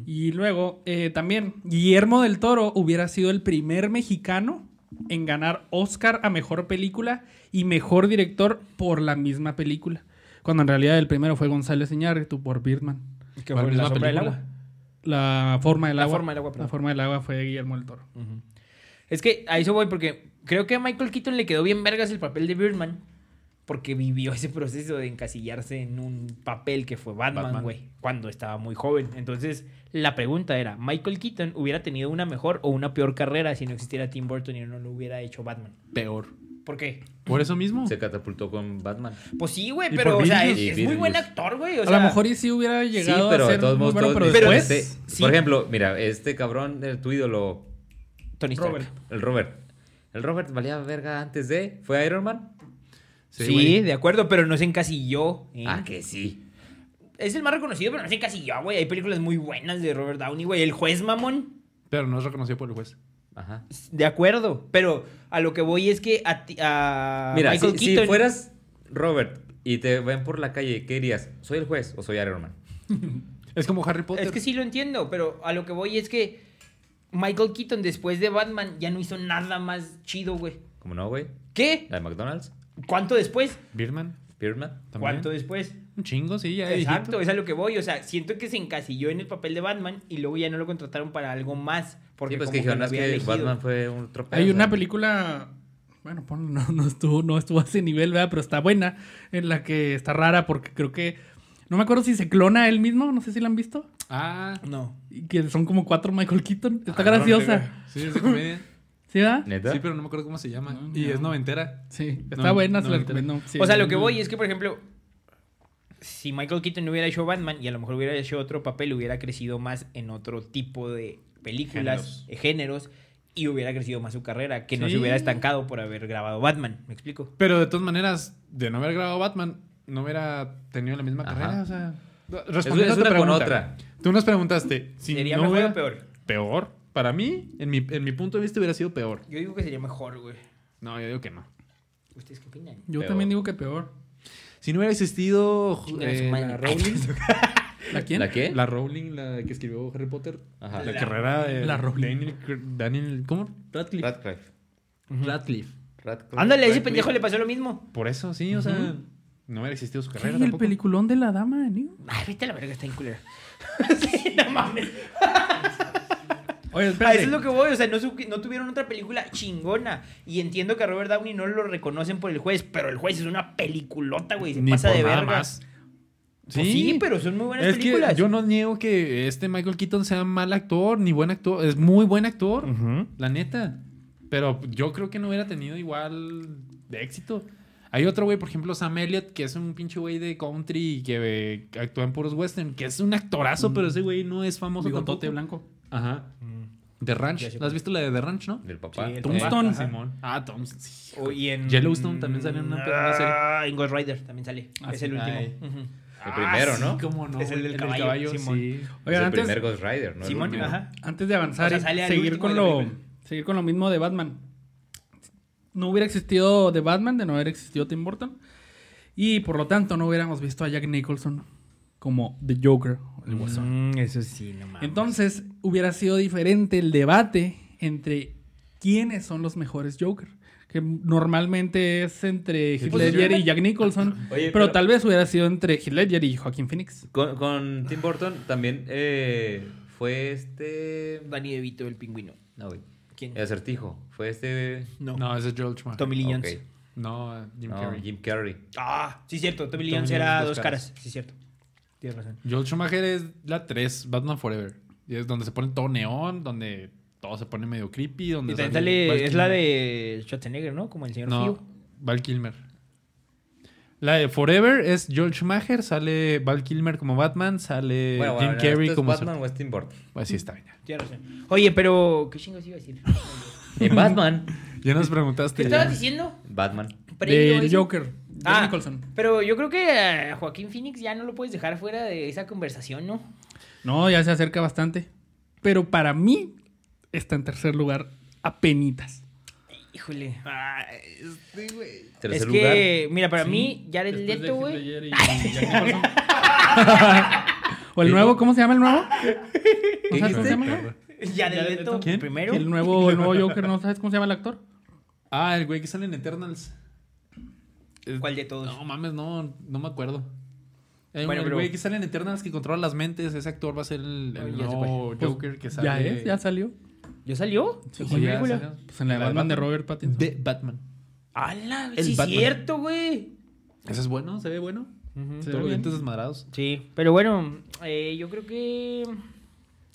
Y luego, eh, también, Guillermo del Toro hubiera sido el primer mexicano en ganar Oscar a mejor película y mejor director por la misma película. Cuando en realidad el primero fue González Iñárritu por Birdman.
Que
¿Cuál
fue
misma
La sombra del
película?
agua.
La forma del
La
agua.
forma del agua, perdón.
La forma del agua fue Guillermo del Toro.
Es que a eso voy porque creo que a Michael Keaton le quedó bien vergas el papel de Birdman porque vivió ese proceso de encasillarse en un papel que fue Batman,
Batman.
güey, cuando estaba muy joven. Entonces, la pregunta era, ¿Michael Keaton hubiera tenido una mejor o una peor carrera si no existiera Tim Burton y no lo hubiera hecho Batman?
Peor.
¿Por qué?
Por eso mismo.
Se catapultó con Batman.
Pues sí, güey,
Y
pero
por
o sea, es,
Beetlejuice.
es
Y
muy buen
Beetlejuice.
actor, güey. O
a
sea,
lo mejor y sí hubiera llegado
sí, pero
a
de
ser
todos
muy
modos,
bueno,
todos
pero
necesitan
después...
este-
sí.
Por ejemplo, mira, este cabrón, eh, tu ídolo,
Tony Stark.
Robert.
el Robert. El Robert valía verga antes de. ¿Fue Iron Man?
Sí,
güey.
de acuerdo, pero no se encasilló. en-
Ah, que sí.
Es el más reconocido, pero no se encasilló, güey. Hay películas muy buenas de Robert Downey, güey. El juez mamón.
Pero no es reconocido por el juez.
Ajá.
De acuerdo, pero a lo que voy es que a, ti- a
Mira, si,
Michael
si
Keaton-
fueras Robert y te ven por la calle, ¿qué dirías? ¿Soy el juez o soy Iron Man?
Es como Harry Potter.
Es que sí lo entiendo, pero a lo que voy es que Michael Keaton después de Batman ya no hizo nada más chido, güey.
Como no, güey.
¿Qué?
La de McDonald's,
¿Cuánto después?
Birdman.
Birdman.
También.
¿Cuánto después?
Un chingo, sí, ya.
Exacto,
viejito.
es a lo que voy. O sea, siento que se encasilló en el papel de Batman y luego ya no lo contrataron para algo más. Porque
Sí, pues
como
que
que
dijeron
lo
"Es
habían
que
elegido.
Batman fue un tropeo.
Hay
o
una
sea,
película, bueno, pon- no, no estuvo, no estuvo a ese nivel, ¿verdad? Pero está buena, en la que está rara porque creo que, no me acuerdo si se clona él mismo, no sé si la han visto,
Ah.
No.
y que son como cuatro Michael Keaton, está
Ah,
graciosa,
Sí, es de comedia.
¿sí, verdad?
¿Neta?
Sí, pero no me acuerdo cómo se llama.
No,
y
no.
es noventera.
Sí, está
No,
buena, se
no
la
me interesa.
recomiendo. sí.
O sea, lo que voy es que, por ejemplo, si Michael Keaton no hubiera hecho Batman y a lo mejor hubiera hecho otro papel, hubiera crecido más en otro tipo de películas,
Géneros.
eh, géneros, y hubiera crecido más su carrera, que no se
Sí.
hubiera estancado por haber grabado Batman. ¿Me explico?
Pero de todas maneras, de no haber grabado Batman, no hubiera tenido la misma
Ajá.
carrera. O sea,
Es-
respondiendo
es
a tu
una con
pregunta,
otra.
Tú nos preguntaste si
¿Sería
no
mejor
hubiera-
o peor?
Peor. Para mí, en mi, en mi punto de vista, hubiera sido peor.
Yo digo que sería mejor, güey.
No, yo digo que no.
¿Ustedes qué
Eh,
opinan?
Yo
Peor.
también digo que peor.
Si no hubiera existido
Chingar a su
eh,
madre.
la Rowling,
¿La quién?
¿La qué?
la Rowling, la que escribió Harry Potter,
Ajá.
la, carrera de
la Rowling.
Daniel, Cr- Daniel, ¿cómo? Radcliffe.
Radcliffe.
Radcliffe.
Radcliffe.
<laughs> Ándale, a ese
Radcliffe.
pendejo le pasó lo mismo.
Por eso, sí, o sea, no hubiera existido su
Ay,
carrera
el
tampoco.
peliculón de la dama de Neo.
Ay, vete a la verga, está en culera. <laughs> sí, no mames.
Oye,
A
espérate.
eso Ah, es lo que voy, o sea, no, su- no tuvieron otra película chingona. Y entiendo que a Robert Downey no lo reconocen por el juez, pero el juez es una peliculota, güey. Se
Ni
pasa
por
de
nada
verga.
más.
Pues sí, pero son muy buenas
es
películas.
que yo no niego que este Michael Keaton sea mal actor ni buen actor. Es muy buen actor, la neta. Pero yo creo que no hubiera tenido igual de éxito. Hay otro güey, por ejemplo, Sam Elliott, que es un pinche güey de country y que eh, actúa en puros western, que es un actorazo,
Mm.
pero ese güey no es famoso
Bigotote
tampoco.
blanco.
Ajá. The Ranch.
Ya sé
¿La has visto la de The Ranch, no?
Del papá.
Sí, el-
Tombstone.
Ajá. Simón. Ah, Tombstone. sí.
O- y en...
Yellowstone también sale en una- una serie.
Ah, en Ghost Rider también sale.
Ah,
es
sí.
el último.
Ay.
Ujú.
El primero,
Ah, sí,
¿no?
cómo no.
Es el del caballo, Simón.
sí.
Es
Oigan,
el
antes,
primer Ghost Rider, ¿no? El
Simón,
último.
ajá.
Antes de avanzar
O sea,
y
sale al
seguir
último
con
de la
lo
película.
seguir con lo mismo de Batman. No hubiera existido de Batman, de no haber existido Tim Burton y por lo tanto no hubiéramos visto a Jack Nicholson como The Joker, el Guasón.
eso sí, no Mm, mames.
Entonces, hubiera sido diferente el debate entre quiénes son los mejores Joker, que normalmente es entre Heath
Pues,
Ledger
yo-
y Jack Nicholson,
Oye,
pero,
pero-
tal vez hubiera sido entre Heath Ledger y Joaquin Phoenix.
Con, con Tim Burton también eh, fue este.
Danny DeVito, el pingüino.
No, güey.
¿Quién?
El acertijo. Fue este.
No.
No, ese es George Martin.
Tommy Lee
Ok.
Jones.
No, eh, Jim
No,
Carrey.
Jim Carrey.
Ah, sí, cierto. Tommy Lee
Tommy
Jones
Lee
era
Jones,
dos
dos
caras. Sí, cierto. Tienes razón.
Joel Schumacher es la 3, Batman Forever. Y es donde se pone todo neón, donde todo se pone medio creepy. Donde
Y también
sale Val
sale, es la
Kilmer.
de Schwarzenegger, ¿no? Como el señor Fío.
No, Val Kilmer. La de Forever es Joel Schumacher, sale Val Kilmer como Batman, sale
Bueno, bueno,
Jim
¿esto
Carrey
es
como...
Batman o es Tim Burton? <laughs>
Pues sí, está bien. ya.
Tienes razón. Oye, pero. ¿Qué chingos iba a decir?
En Eh, Batman.
Ya nos
¿Qué
preguntaste.
estabas diciendo?
Batman.
Previo a
Del
eso.
Joker, Jack
Ah,
Nicholson.
Pero yo creo que a Joaquín Phoenix ya no lo puedes dejar fuera de esa conversación, ¿no?
No, ya se acerca bastante. Pero para mí está en tercer lugar a penitas.
Híjole.
Ah, Tercer
es
lugar.
que, mira, para mí, Jared Leto, güey.
o el nuevo, ¿cómo se llama el nuevo? ¿No
¿Qué
sabes cómo se llama el
dijiste?
nuevo?
<laughs> Jared Leto,
¿Quién?
primero.
El nuevo, el nuevo Joker, ¿no sabes cómo se llama el actor?
Ah, el güey que sale en Eternals.
¿Cuál de todos?
No mames, no, no me acuerdo. El,
Bueno,
el
pero-
güey que sale en Eternals que controla las mentes, ese actor va a ser el, el
Oh, ya sé
nuevo
Pues,
Joker que sale.
Ya es, ya salió.
¿Yo salió?
Sí,
¿En cuál
ya
película?
salió.
Pues en la de
La de
Batman de
Batman.
Robert Pattinson.
De Batman.
¡Hala!
El
Sí,
Batman.
cierto, güey.
Ese es bueno, se ve bueno.
Se
Se
ve
ve
bien.
dientes desmadrados.
Sí, pero bueno, eh, yo creo que.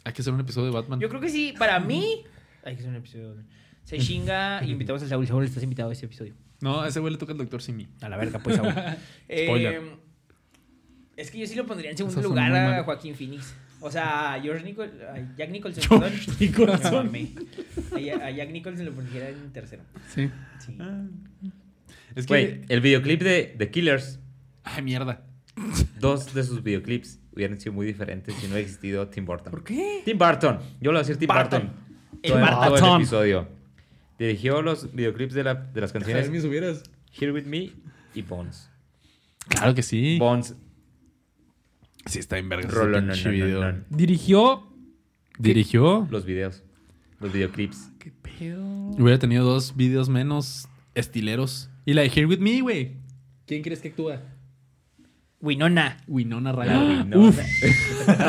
Hay que hacer un episodio de Batman.
Yo creo que sí, para mí. Hay que hacer un episodio. ¿no? Se
<laughs>
chinga y invitamos al Saúl. Saúl, estás invitado a este episodio.
No, a ese güey le toca el Doctor Simi.
A la verga, pues, Saúl. <laughs> Eh,
Spoiler.
es que yo sí lo pondría en segundo
Eso sonó
lugar
muy
a
mal.
Joaquín Phoenix. O sea, a George Nicol a Jack Nicholson.
George
perdón.
<laughs> Nicholson.
Me mamé. A, Ja- a Jack Nicholson lo pondría en tercero.
Sí.
Sí.
Ah.
Es que.
Güey, el videoclip de The Killers,
Ay, mierda.
dos de sus videoclips hubieran sido muy diferentes si no hubiera existido Tim Burton.
¿Por qué?
Tim Burton. Yo lo voy a decir Tim
Burton.
Burton.
El
Todo, todo
Burton.
el episodio. Dirigió los videoclips de, la- de las canciones
hubieras.
Here With Me y Bones.
Claro que sí.
Bones.
Sí, está en verga. ese
Rolo, no,
pinche
no, no,
video.
no.
Dirigió.
Dirigió.
Los videos. Los videoclips.
¿Qué pedo?
Hubiera tenido dos videos menos estileros. Y la de Here With Me, güey. ¿Quién crees que actúa?
Winona.
Pues
Winona
La
Ah,
Ryder.
Winona.
<laughs>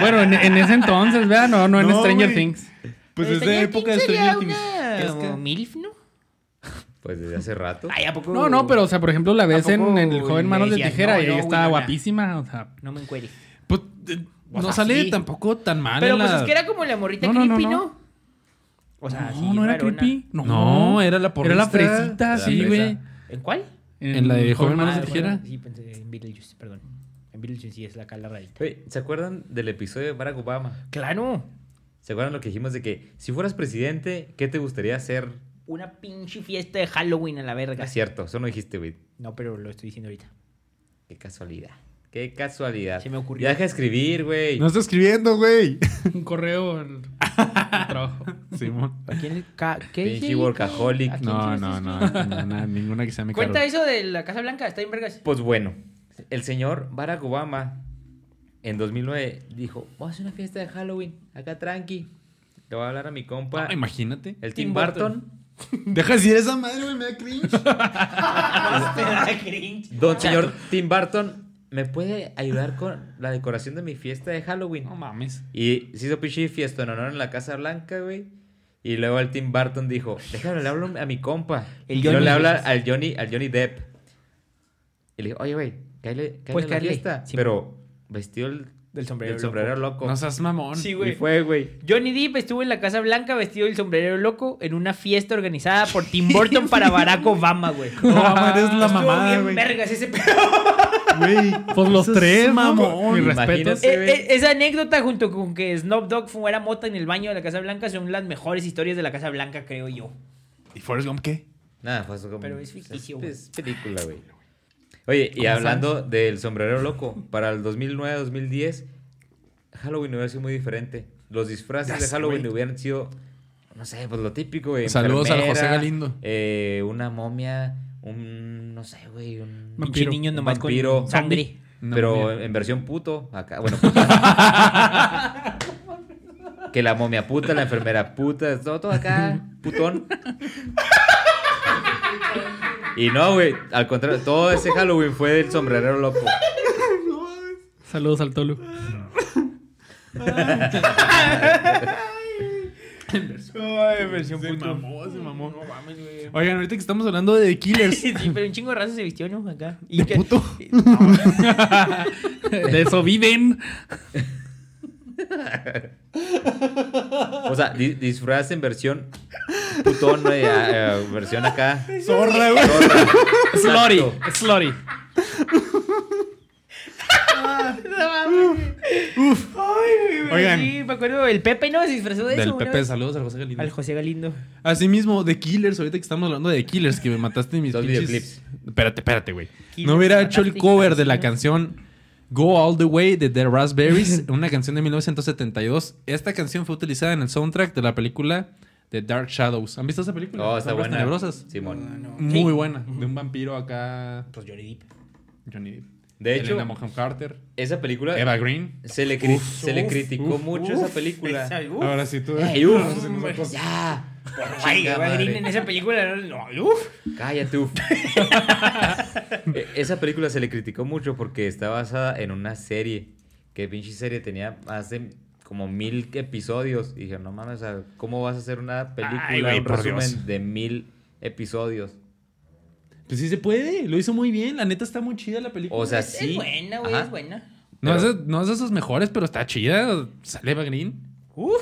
Bueno, en, en ese entonces, ¿verdad? No, no en
No,
Stranger
güey.
Things.
Pues
Eh,
es de
Stranger
época de
Things sería
Stranger Things.
una-
¿Crees
como
que-
MILF, ¿no?
Pues desde hace rato.
Ay, ¿a poco?
No, no, pero, o sea, por ejemplo, la ves en,
poco
en El Joven
le
Manos de
decías,
Tijera
no,
y
no,
ella estaba
Winona?
guapísima, o sea.
No me encuere.
Pues, eh,
O
no
sea,
sale
sí.
tampoco tan mal.
Pero
en
pues
la-
es que era como la morrita
Ah, No, no, no,
creepy,
no.
¿no? O sea,
no,
sí,
no era
varona.
creepy. No,
No, era la
Era la
porrista.
fresita,
La
sí,
fresa.
güey.
¿En cuál?
En la de Joven Manos
Manos
de
Ah,
Tijera.
bueno, sí, pensé en Beetlejuice, perdón. En Beetlejuice sí es la cala rarita.
Güey, ¿Se acuerdan del episodio de Barack Obama?
Claro.
¿Se acuerdan lo que dijimos de que si fueras presidente, ¿qué te gustaría hacer?
Una pinche fiesta de Halloween a la verga.
Es cierto, eso no dijiste, güey.
No, pero lo estoy diciendo ahorita.
Qué casualidad. Qué casualidad.
Se me ocurrió.
Ya deja de escribir, güey.
No está escribiendo, güey.
Un correo al al trabajo.
Simón.
¿A quién le ca- ¿Qué
Pinche
dice?
workaholic.
¿A quién se
No,
le
no,
está
no,
escribiendo?
no, na- Ninguna que sea mi
Cuenta
caro.
eso de la Casa Blanca, está en vergas.
Pues bueno, el señor Barack Obama en 2009 dijo, vamos a hacer una fiesta de Halloween, acá tranqui. Le voy a hablar a mi compa,
Ah, imagínate.
el Tim Burton.
Deja de decir esa madre, güey, me da cringe.
<laughs>
Don
Ah,
señor Tim Burton, ¿me puede ayudar con la decoración de mi fiesta de
<laughs>
Halloween?
No mames.
Y se hizo pinche fiesta en honor en la Casa Blanca, güey. Y luego el Tim Burton dijo, déjame, le hablo a mi compa.
El
y luego
Johnny.
le habla al Johnny, al Johnny Depp. Y le dijo, oye, güey, cállale, cállale
Pues
a la
cáele,
fiesta.
sí.
Pero vestió el,
Del sombrero
el sombrero loco.
No seas mamón.
Sí,
y
güey.
fue, güey.
Johnny Depp estuvo en la Casa Blanca vestido del sombrero loco en una fiesta organizada por Tim Burton para Barack Obama, güey.
<laughs> No, mamá, eres la
Estuvo
mamada,
bien
güey.
vergas ese pedo.
Güey.
Pues los
Eso es
tres, mamón.
mamón.
Mis
Imagínate.
respetos.
Se
Eh,
ve.
eh, esa anécdota junto con que Snoop Dogg fumara mota en el baño de la Casa Blanca son las mejores historias de la Casa Blanca, creo yo.
¿Y Forrest Gump qué?
Nada, fue como...
Pero es ficticio,
es-
güey.
Es película,
<laughs>
güey. Oye, y hablando del sombrero loco, para el 2009-2010, Halloween hubiera sido muy diferente. Los disfraces
Ya
de
sé,
Halloween
güey.
hubieran sido, no sé, pues lo típico, güey.
Saludos al
enfermera,
José Galindo.
eh, una momia, un, no sé, güey, un...
Vampiro.
Pinche niños nomás
vampiro.
con sangre.
Una
pero
momia.
en versión puto, acá, bueno.
<laughs>
que la momia puta, la enfermera puta, todo, todo acá, putón. Y no, güey, al contrario, todo ese Halloween fue del sombrerero loco.
Saludos al Tolu.
Ay, versión
Se
puto.
mamó, se mamó.
No mames, güey.
Oigan, ahorita que estamos hablando de Killers.
<laughs> Sí, pero un chingo de raza se vistió, ¿no? Acá. ¿Y que-
puto?
De eso viven.
O sea, di- disfraz en versión putón, güey, a- a versión acá.
Zorra, güey.
<laughs>
zorra.
Slurry.
Exacto.
Slurry.
Ay, güey,
Oigan.
Sí, me acuerdo. El Pepe, ¿no? Se disfrazó de
Del
eso. una
Pepe,
vez.
saludos al José Galindo.
Al José Galindo.
Asimismo, de Killers, ahorita que estamos hablando de Killers, que me mataste mis
Dos
pinches-
videoclips.
Espérate, espérate, güey.
Killers,
No hubiera
me
hecho el
mataste,
cover de la
canción.
canción Go All the Way de The Raspberries, una canción de 1972. Esta canción fue utilizada en el soundtrack de la película The Dark Shadows. ¿Han visto esa película?
Oh, está
Sombras
buena.
Tenebrosas. Ah,
Simón.
Muy buena. De un vampiro acá.
Pues Johnny Depp.
Johnny Depp.
De hecho-
Elena Moham Carter.
Esa película.
Eva Green.
Se le, cri-
Uf,
se le
uf,
criticó
uf,
mucho
uf.
esa película.
Esa- uf.
Ahora sí tú.
Ay, uf,
Se nos
hombre,
acostó.
ya.
Ay,
Chinga
Eva
madre.
Green en esa película. No, uf.
<laughs>
Cállate, uf. E- esa película se le criticó mucho porque está basada en una serie. Que pinche serie tenía más de como mil episodios. Y dijeron, no mames, o sea, ¿cómo vas a hacer una película,
Ay, güey,
un
por
resumen
Dios.
de mil episodios?
Pues sí se puede. Lo hizo muy bien. La neta está muy chida la película.
O sea, sí.
Pues, Es buena, güey,
Ajá.
es buena.
no,
pero-
es de, no es de sus mejores, pero está chida. Sale Eva Green.
Uf.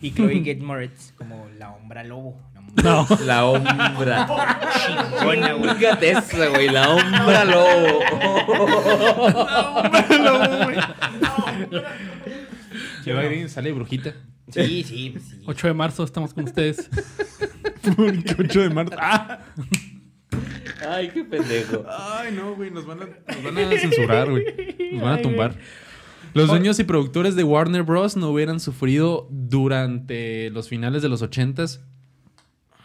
y Chloe Get Moritz como la hombra lobo.
<laughs>
No.
<laughs>
La Ombra.
Chingona, güey.
Fíjate esa, güey. La Ombra Lobo.
Eva Green sale brujita.
Sí, sí, pues sí.
8 de marzo estamos con ustedes.
8 de <laughs> marzo. Ah.
Ay, qué pendejo.
Ay, no, güey. Nos van a, nos van a censurar, güey. Nos van a tumbar. Los dueños y productores de Warner Bros. no hubieran sufrido durante los finales de los 80s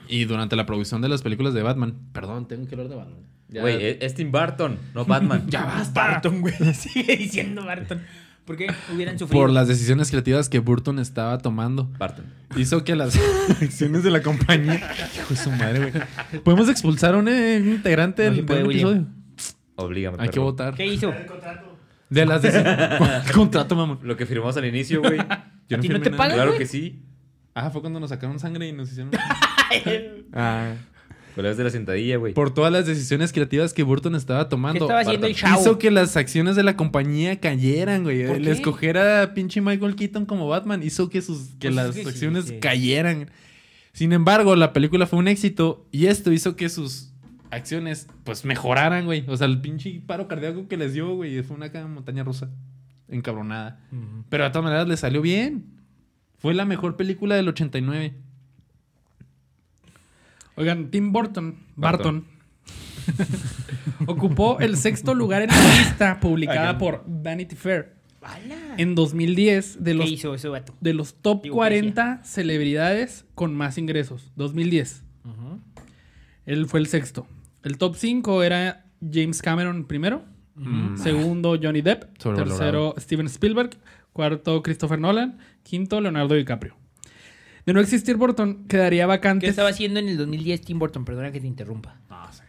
y durante la producción de las películas de Batman. Perdón, tengo que hablar de Batman. Ya-
Güey, eh, e, es- es Tim Burton, no Batman.
<laughs> ya basta.
Barton, güey. <laughs> Sigue diciendo Barton. ¿Por qué hubieran sufrido?
Por las decisiones creativas que Burton estaba tomando.
Burton.
Hizo que las acciones de la compañía. Hijo de su madre, güey. Podemos expulsar a un, eh, un integrante
No se
del,
puede,
del
William.
episodio.
Oblígame.
Hay que
perro.
votar.
¿Qué hizo?
De las
<laughs>
decisiones. Contrato, mamón.
Lo que firmamos al inicio, güey.
Yo
¿A ti no
firmé
te
nada.
pagan?
claro
güey.
que sí.
Ah, fue cuando nos sacaron sangre y nos
<laughs>
hicieron. <laughs> Ah.
Pero es de la sentadilla, güey.
Por todas las decisiones creativas que Burton estaba tomando.
¿Qué estaba haciendo el
Barton.
chavo?
Hizo que las acciones de la compañía cayeran, güey.
¿Por
El
qué?
escoger a pinche Michael Keaton como Batman hizo que, sus, que
Pues es
las
que sí,
acciones
sí.
cayeran. Sin embargo, la película fue un éxito y esto hizo que sus acciones, pues, mejoraran, güey. O sea, el pinche paro cardíaco que les dio, güey, fue una ca- montaña rusa encabronada. Pero de todas maneras le salió bien. Fue la mejor película del 89.
Oigan, Tim Burton,
Barton.
Barton, ocupó el sexto lugar en la lista publicada por Vanity Fair
Bala.
en 2010 de
¿Qué
los,
hizo ese vato?
de los top
Digo,
40 celebridades con más ingresos. 2010. Él fue el sexto. El top 5 era James Cameron primero,
Mm.
segundo Johnny Depp,
Sobrevalorado.
tercero Steven Spielberg, cuarto Christopher Nolan, quinto Leonardo DiCaprio. De no existir Burton, quedaría vacante.
¿Qué estaba haciendo en el 2010 Tim Burton? Perdona que te interrumpa.
No sé.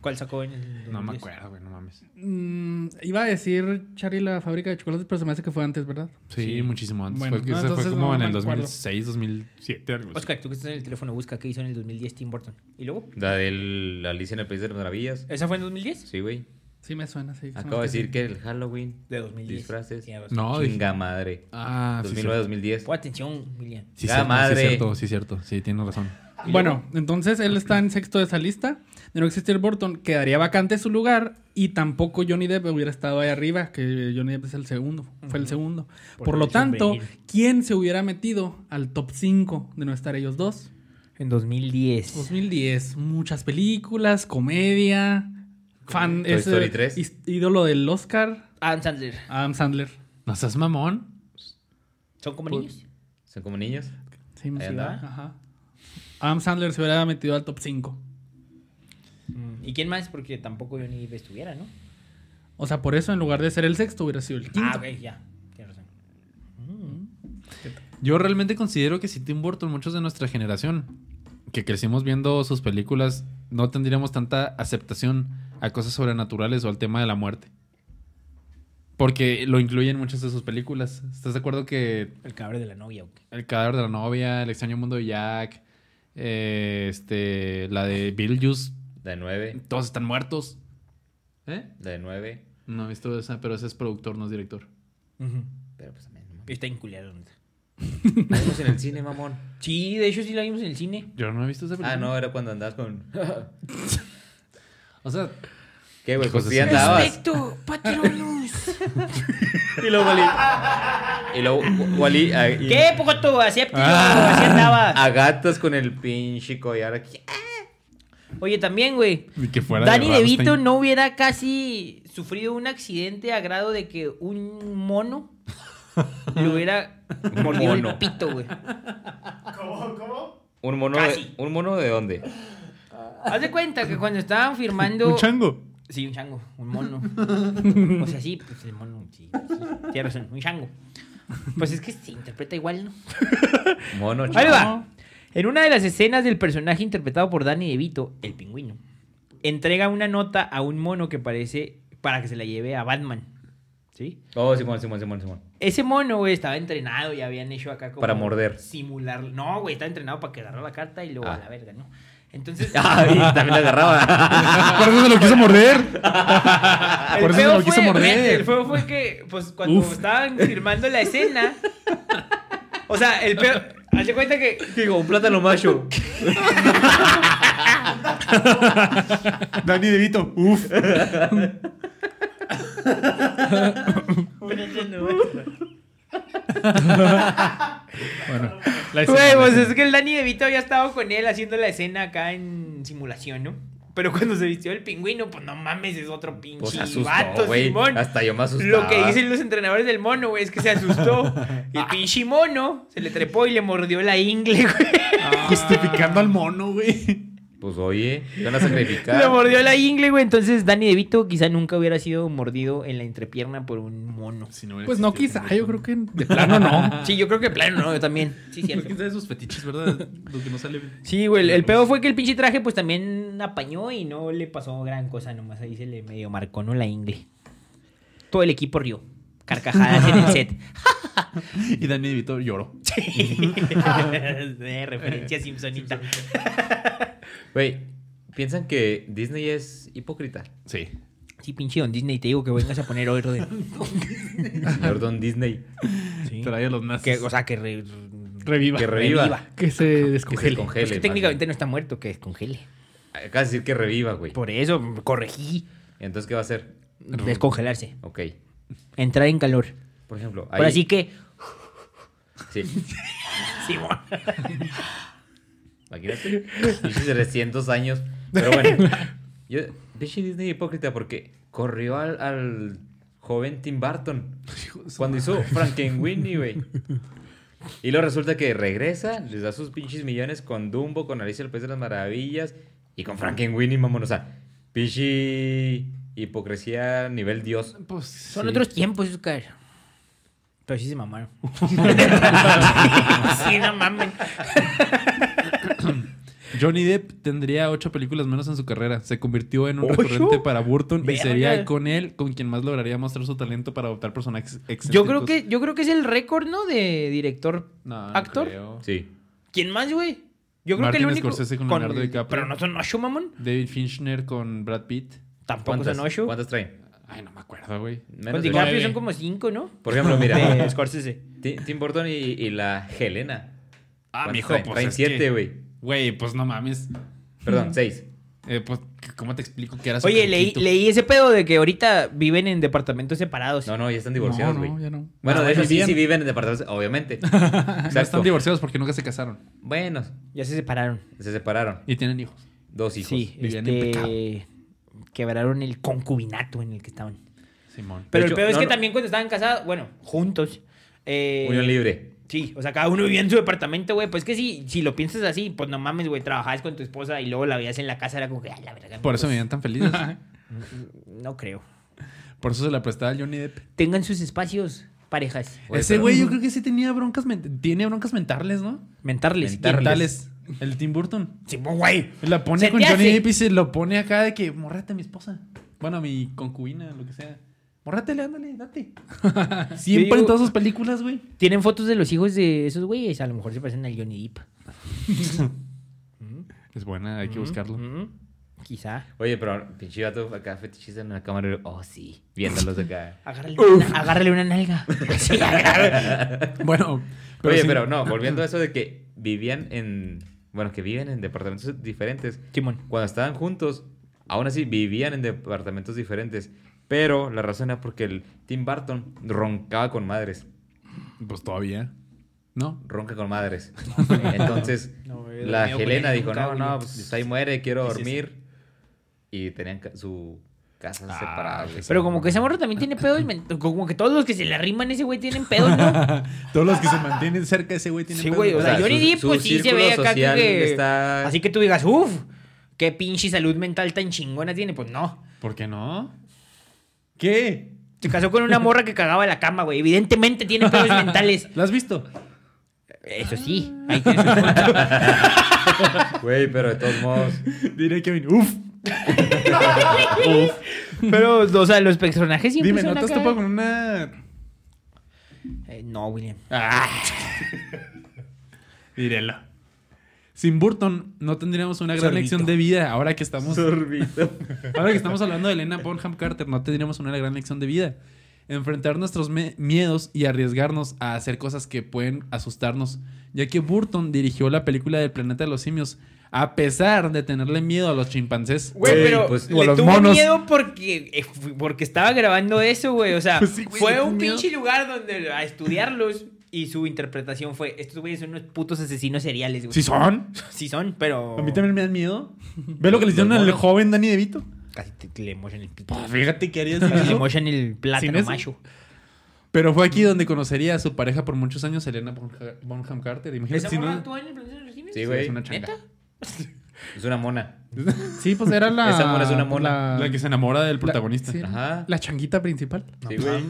¿Cuál sacó en el 2010?
No me acuerdo, güey, no mames.
Mm, iba a decir Charlie la fábrica de chocolates, pero se me hace que fue antes, ¿verdad?
Sí, muchísimo antes.
Bueno,
fue, que
no,
ese fue
entonces
como
no
en
me
el
acuerdo.
2006, 2007, algo así.
Oscar, tú que estás en el teléfono, busca qué hizo en el 2010 Tim Burton. ¿Y luego?
La de la Alicia en el País de las Maravillas.
¿Esa fue en 2010?
Sí, güey.
Sí, me suena, sí. se me
Acabo de
hace
decir
sí.
que el Halloween.
De 2010.
Disfraces.
Tiene razón.
No, dije-
Chinga madre.
Ah, sí,
2009, 2010.
Pon atención, William.
Sí,
Ya,
cierto,
madre.
sí, cierto, sí, cierto. Sí, tiene razón.
Bueno, entonces él está en sexto de esa lista. De no existir Burton, quedaría vacante su lugar y tampoco Johnny Depp hubiera estado ahí arriba, que Johnny Depp es el segundo, fue el segundo. Por,
Por
lo
elección
tanto,
venir.
¿quién se hubiera metido al top 5 de no estar ellos dos?
En 2010.
2010, muchas películas, comedia, fan,
Toy Story 3.
is- ídolo del Oscar,
Adam Sandler.
Adam Sandler.
¿No seas mamón?
¿Son como niños?
¿Son como niños?
Sí, me
Ahí
sí,
andaba.
¿verdad? Ajá. Adam Sandler se hubiera metido al top 5.
Mm, ¿Y quién más? Porque tampoco yo ni estuviera, ¿no?
O sea, por eso en lugar de ser el sexto hubiera sido el quinto.
Ah, ok, ya. Tienes razón. Mm.
Yo realmente considero que si Tim Burton, muchos de nuestra generación que crecimos viendo sus películas, no tendríamos tanta aceptación a cosas sobrenaturales o al tema de la muerte. Porque lo incluyen muchas de sus películas. ¿Estás de acuerdo que
El cadáver de la novia, ok.
El cadáver de la novia, El extraño mundo de Jack, eh, este, la de Beetlejuice,
La de 9.
todos están muertos? ¿Eh?
La de 9.
No he visto esa, pero ese es productor, no es director.
Pero pues también. no
<laughs>
mames.
Está inculado. ¿no?
La vimos en el cine, mamón.
Sí, de hecho sí la vimos en el cine.
Yo no he visto esa película.
Ah, no, era cuando andabas con.
O sea,
¿Qué, güey?
Hijo
Pues
de
sí
su-
andabas. <laughs>
Patronus.
Y luego Wally. Y luego Wally. ah, y-
¿Qué, Pocoto? Aséptilo.
Ah.
Así andaba.
A gatos con el pinche collar aquí.
Oye, también, güey.
ni que fuera
Danny
Rammstein.
DeVito no hubiera casi sufrido un accidente a grado de que un mono
<laughs>
le hubiera mordido el
Mono.
pito, güey.
¿Cómo? ¿Cómo?
¿Un mono,
Casi.
de, ¿Un mono de dónde?
Haz de cuenta que cuando estaban firmando...
Un
<laughs>
chango.
Sí, un chango,
<laughs>
un mono. o sea, sí, pues el mono, sí. sí. Tienes razón, un chango. Pues es que se interpreta igual, ¿no?
Mono
Ahí
chico.
va. En una de las escenas del personaje interpretado por Danny DeVito, el pingüino, entrega una nota a un mono que parece para que se la lleve a Batman. ¿Sí?
Oh, Simón, Simón, Simón, Simón.
Ese mono, güey, estaba entrenado y habían hecho acá como...
Para morder.
Simular... No, güey, estaba entrenado para que agarrara la carta y luego
Ah.
a la verga, ¿no?
<laughs>
Entonces...
Ay, también la agarraba.
Por eso se lo quiso morder.
<laughs> El
Por eso se
feo
lo quiso
fue-
morder.
fíjate, El feo fue que, pues, cuando
Uf.
estaban firmando
<laughs>
la escena. o sea, el feo. Haz de cuenta que.
Digo, un plátano macho.
Dani DeVito. Uf.
Bueno, la escena,
Güey,
la
pues
escena.
es que el Danny DeVito había estado con él haciendo la escena acá en simulación, ¿no? Pero cuando se vistió el pingüino, pues no mames, es otro pinche
Pues asustó,
vato,
güey.
Simón.
Hasta yo me asusté.
Lo que dicen los entrenadores del mono, güey, es que se
<laughs>
asustó. Y el pinche mono se le trepó y le mordió la ingle,
<laughs>
güey.
Justificando al mono, güey.
Pues oye, te van a
Le
sacrificar.
mordió la ingle, güey. Entonces, Danny DeVito quizá nunca hubiera sido mordido en la entrepierna por un mono.
Si no hubiera
Pues no,
existido
quizá.
el
Yo creo
mono.
que de
<laughs>
plano no.
Sí, yo creo que plano, no, yo también. Sí,
Pues
cierto.
quién sabe sus fetiches, ¿verdad? Lo que no sale.
Sí, güey, el- el pedo fue que el pinche traje pues también apañó y no le pasó gran cosa, nomás ahí se le medio marcó, ¿no? La ingle. Todo el equipo rió. Carcajadas en el set.
Y Danny DeVito lloró.
De <laughs> referencia Simpsonita.
Güey, piensan que Disney es hipócrita.
Sí.
Sí, pinche Don Disney, te digo que vengas a poner oro de...
Señor Don Disney.
Sí.
Trae a los nazis.
Que, o sea, que... re-
Reviva.
Que reviva.
Reviva.
Que se
Que se
descongele.
congele.
Pues que
más
técnicamente no está muerto, que descongele.
bien. Acabas de decir que reviva, güey.
Por eso corregí.
Entonces, ¿qué va a hacer?
Descongelarse.
Ok.
Entrar en calor.
Por ejemplo, ahí.
Ahora sí que...
Sí.
Simón.
Imagínate. Pinches 300 años. Pero bueno. Yo, pinche Disney hipócrita porque corrió al, al joven Tim Burton. Cuando hizo Frankenweenie, güey. Y luego resulta que regresa, les da sus pinches millones con Dumbo, con Alicia el País de las Maravillas y con Frankenweenie, mamón. O sea, pinche hipocresía nivel dios.
Pues,
Son
sí.
otros tiempos, Oscar. Pero sí se <laughs> mamaron. sí, no mames.
Johnny Depp tendría ocho películas menos en su carrera. Se convirtió en un
¿Ocho?
recurrente para Burton y
Verga.
sería con él con quien más lograría mostrar su talento para adoptar personajes excéntricos.
Yo creo que, yo creo que es el récord, ¿no? De director.
No, no
actor.
creo.
Sí.
¿Quién más, güey? Yo creo que
Martin
el único.
Scorsese con Leonardo DiCaprio.
Pero no son ocho, mamón.
David Finchner con Brad Pitt.
Tampoco
¿Cuántas,
son ocho.
¿Cuántas traen?
Ay, no me acuerdo, güey.
Menos
Con
de
DiCaprio
Nueve.
son como cinco, ¿no?
ocho. Por ejemplo,
<laughs> De
mira,
Scorsese.
Ti- Tim Burton y, y la Helena.
Ah,
¿Cuántas
mijo,
traen?
pues
Traen
es
siete,
que-
güey.
Güey, pues no mames.
Perdón, seis.
Eh, pues, ¿cómo te explico que era su
Oye, leí,
truquito?
leí ese pedo de que ahorita viven en departamentos separados.
No, no, ya están divorciados,
No,
güey.
no, ya no.
Bueno,
Ah,
de hecho,
bueno,
sí,
sí,
sí viven en departamentos, obviamente.
No
Exacto.
están divorciados porque nunca se casaron.
Bueno,
Ya se separaron.
se separaron.
Y tienen hijos.
Dos hijos.
Sí,
vivían en
este. Quebraron el concubinato en el que estaban.
Simón.
Pero
hecho,
el pedo es
no,
que
no.
también cuando estaban casados, bueno, juntos. eh,
Unión libre.
Sí, o sea, cada uno vivía en su departamento, güey. Pues que si, si lo piensas así, pues no mames, güey, trabajabas con tu esposa y luego la veías en la casa, era como que, ay, la verga.
Por eso me
pues,
veían tan felices.
No creo.
Por eso se la prestaba a Johnny Depp.
Tengan sus espacios, parejas.
Oye,
Ese
pero-
güey yo creo que sí tenía broncas, men- tiene broncas mentales, ¿no?
Mentarles.
Mentales.
Mentarles.
El Tim Burton.
Sí, pues, güey.
La pone
Se
con
te
Johnny
hace.
Depp y se lo pone acá de que morrate a mi esposa. Bueno, a mi concubina, lo que sea. Morrátele, ándale,
<laughs>
date. Siempre
Yo digo-
en todas sus películas, güey.
Tienen fotos de los hijos de esos güeyes. A lo mejor se parecen al Johnny Depp.
Es buena, hay que buscarlo.
Ujú. Quizá.
Oye, pero pinche vato acá fetichista en la cámara. Oh, sí. Viéndolos
<laughs>
acá.
Agárrale una, agárrale una nalga. <laughs> Sí, agárrale.
Bueno,
Oye,
sí-
pero no, volviendo a eso de que vivían en. Bueno, que viven en departamentos diferentes.
Simón.
Cuando estaban juntos, aún así vivían en departamentos diferentes. Pero la razón era porque el Tim Burton roncaba con madres.
Pues todavía. No.
Ronca
<laughs>
con madres. Entonces,
No, he
la
dormido con
Helena
él,
dijo: pues,
nunca,
No, no,
güey".
pues ahí muere, quiero
Sí, sí,
dormir. Y tenían ca- su casas
Ah,
separadas. güey.
Pero como que ese morro también tiene pedos. men- Como que todos los que se le arriman a ese güey tienen pedos, ¿no?
Todos los que se mantienen cerca de ese güey tienen
Sí,
pedos,
güey. O sea,
O sea,
Johnny
su-
Depp,
su
pues sí se ve
círculo
acá
social
que.
está-
Así que tú digas, uff, qué pinche salud mental tan chingona tiene. Pues no.
¿Por qué no? ¿Qué?
Se casó con una morra que cagaba la cama, güey. Evidentemente
<laughs>
tiene pedos mentales.
¿La has visto?
Eso sí. Ahí tienes un punto.
Güey, pero de todos modos.
Diré Kevin, uf.
Pero, o sea, los personajes siempre
Dime,
son
¿no te has
acá-
topado con una...?
Eh, no, William.
Ah, Direlo. Sin Burton no tendríamos una gran
Sorbito.
lección de vida ahora que estamos...
Sorbito.
<laughs> Ahora que estamos hablando de Elena Bonham Carter, no tendríamos una gran lección de vida. Enfrentar nuestros me- miedos y arriesgarnos a hacer cosas que pueden asustarnos, ya que Burton dirigió la película del planeta de los simios, a pesar de tenerle miedo a los chimpancés.
Güey,
Güey,
pero
pues,
o a
le
los
tuvo
monos.
miedo porque, eh, fu- porque estaba grabando eso, güey. O sea,
Pues <laughs> sí, güey, le
fue
tuvo
un
miedo.
pinche lugar donde a estudiarlos y su interpretación fue, estos güeyes son unos putos asesinos seriales, güey.
¿Sí son?
Sí son, pero...
A mí también me dan miedo. Ve lo que le hicieron al joven Danny DeVito.
Casi te, te le mochan el pito.
Pues fíjate que harías
Casi <laughs> le
eso.
mochan el
¿Sin
plátano
eso?
macho.
Pero fue aquí donde conocería a su pareja por muchos años, Elena Bonha- Bonham Carter. Imagínate
¿Esa
si
morra
no.
actúa en el planeta de los simios?
Sí,
Sí, pues,
güey.
es una changa.
¿Neta?
Es una mona.
Sí, pues era la.
Esa mona es una mona.
Ah, La que se enamora del protagonista.
sí.
Ajá.
La changuita principal.
Sí, güey.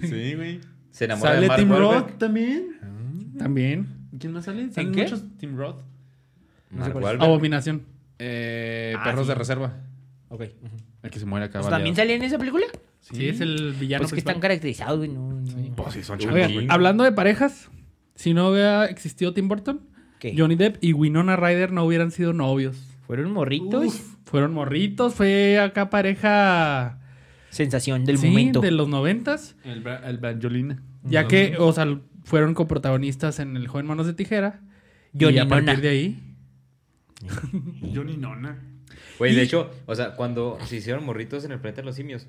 Sí, güey.
Se enamora
Sale
de Mark
Tim
Wahlberg.
Roth también.
También.
¿Quién más sale?
¿En
¿En
qué?
qué? Tim Roth.
No sé
Mark
cuál es.
Wahlberg.
Abominación.
Eh,
Ah,
Perros
sí.
de reserva.
Ok.
El que se muere acá.
Pues, ¿También
baleado.
salía en esa película?
Sí, es el villano.
pues es que están
principal.
caracterizados, güey. No, no.
Pues sí, son
Oigan,
changos,
Oigan,
güey.
Sí.
hablando de parejas, si no hubiera existido Tim Burton,
¿Qué?
Johnny Depp y Winona Ryder no hubieran sido novios.
¿Fueron morritos?
Uf, fueron morritos, fue acá pareja
Sensación del
sí,
momento.
de los noventas.
El, bra- el Banjolina.
Ya que, o sea, fueron coprotagonistas en El Joven Manos de Tijera.
Johnny
y a partir
Nona.
de ahí.
Johnny Nona.
Güey, de hecho, o sea, cuando se hicieron morritos en el planeta de los simios,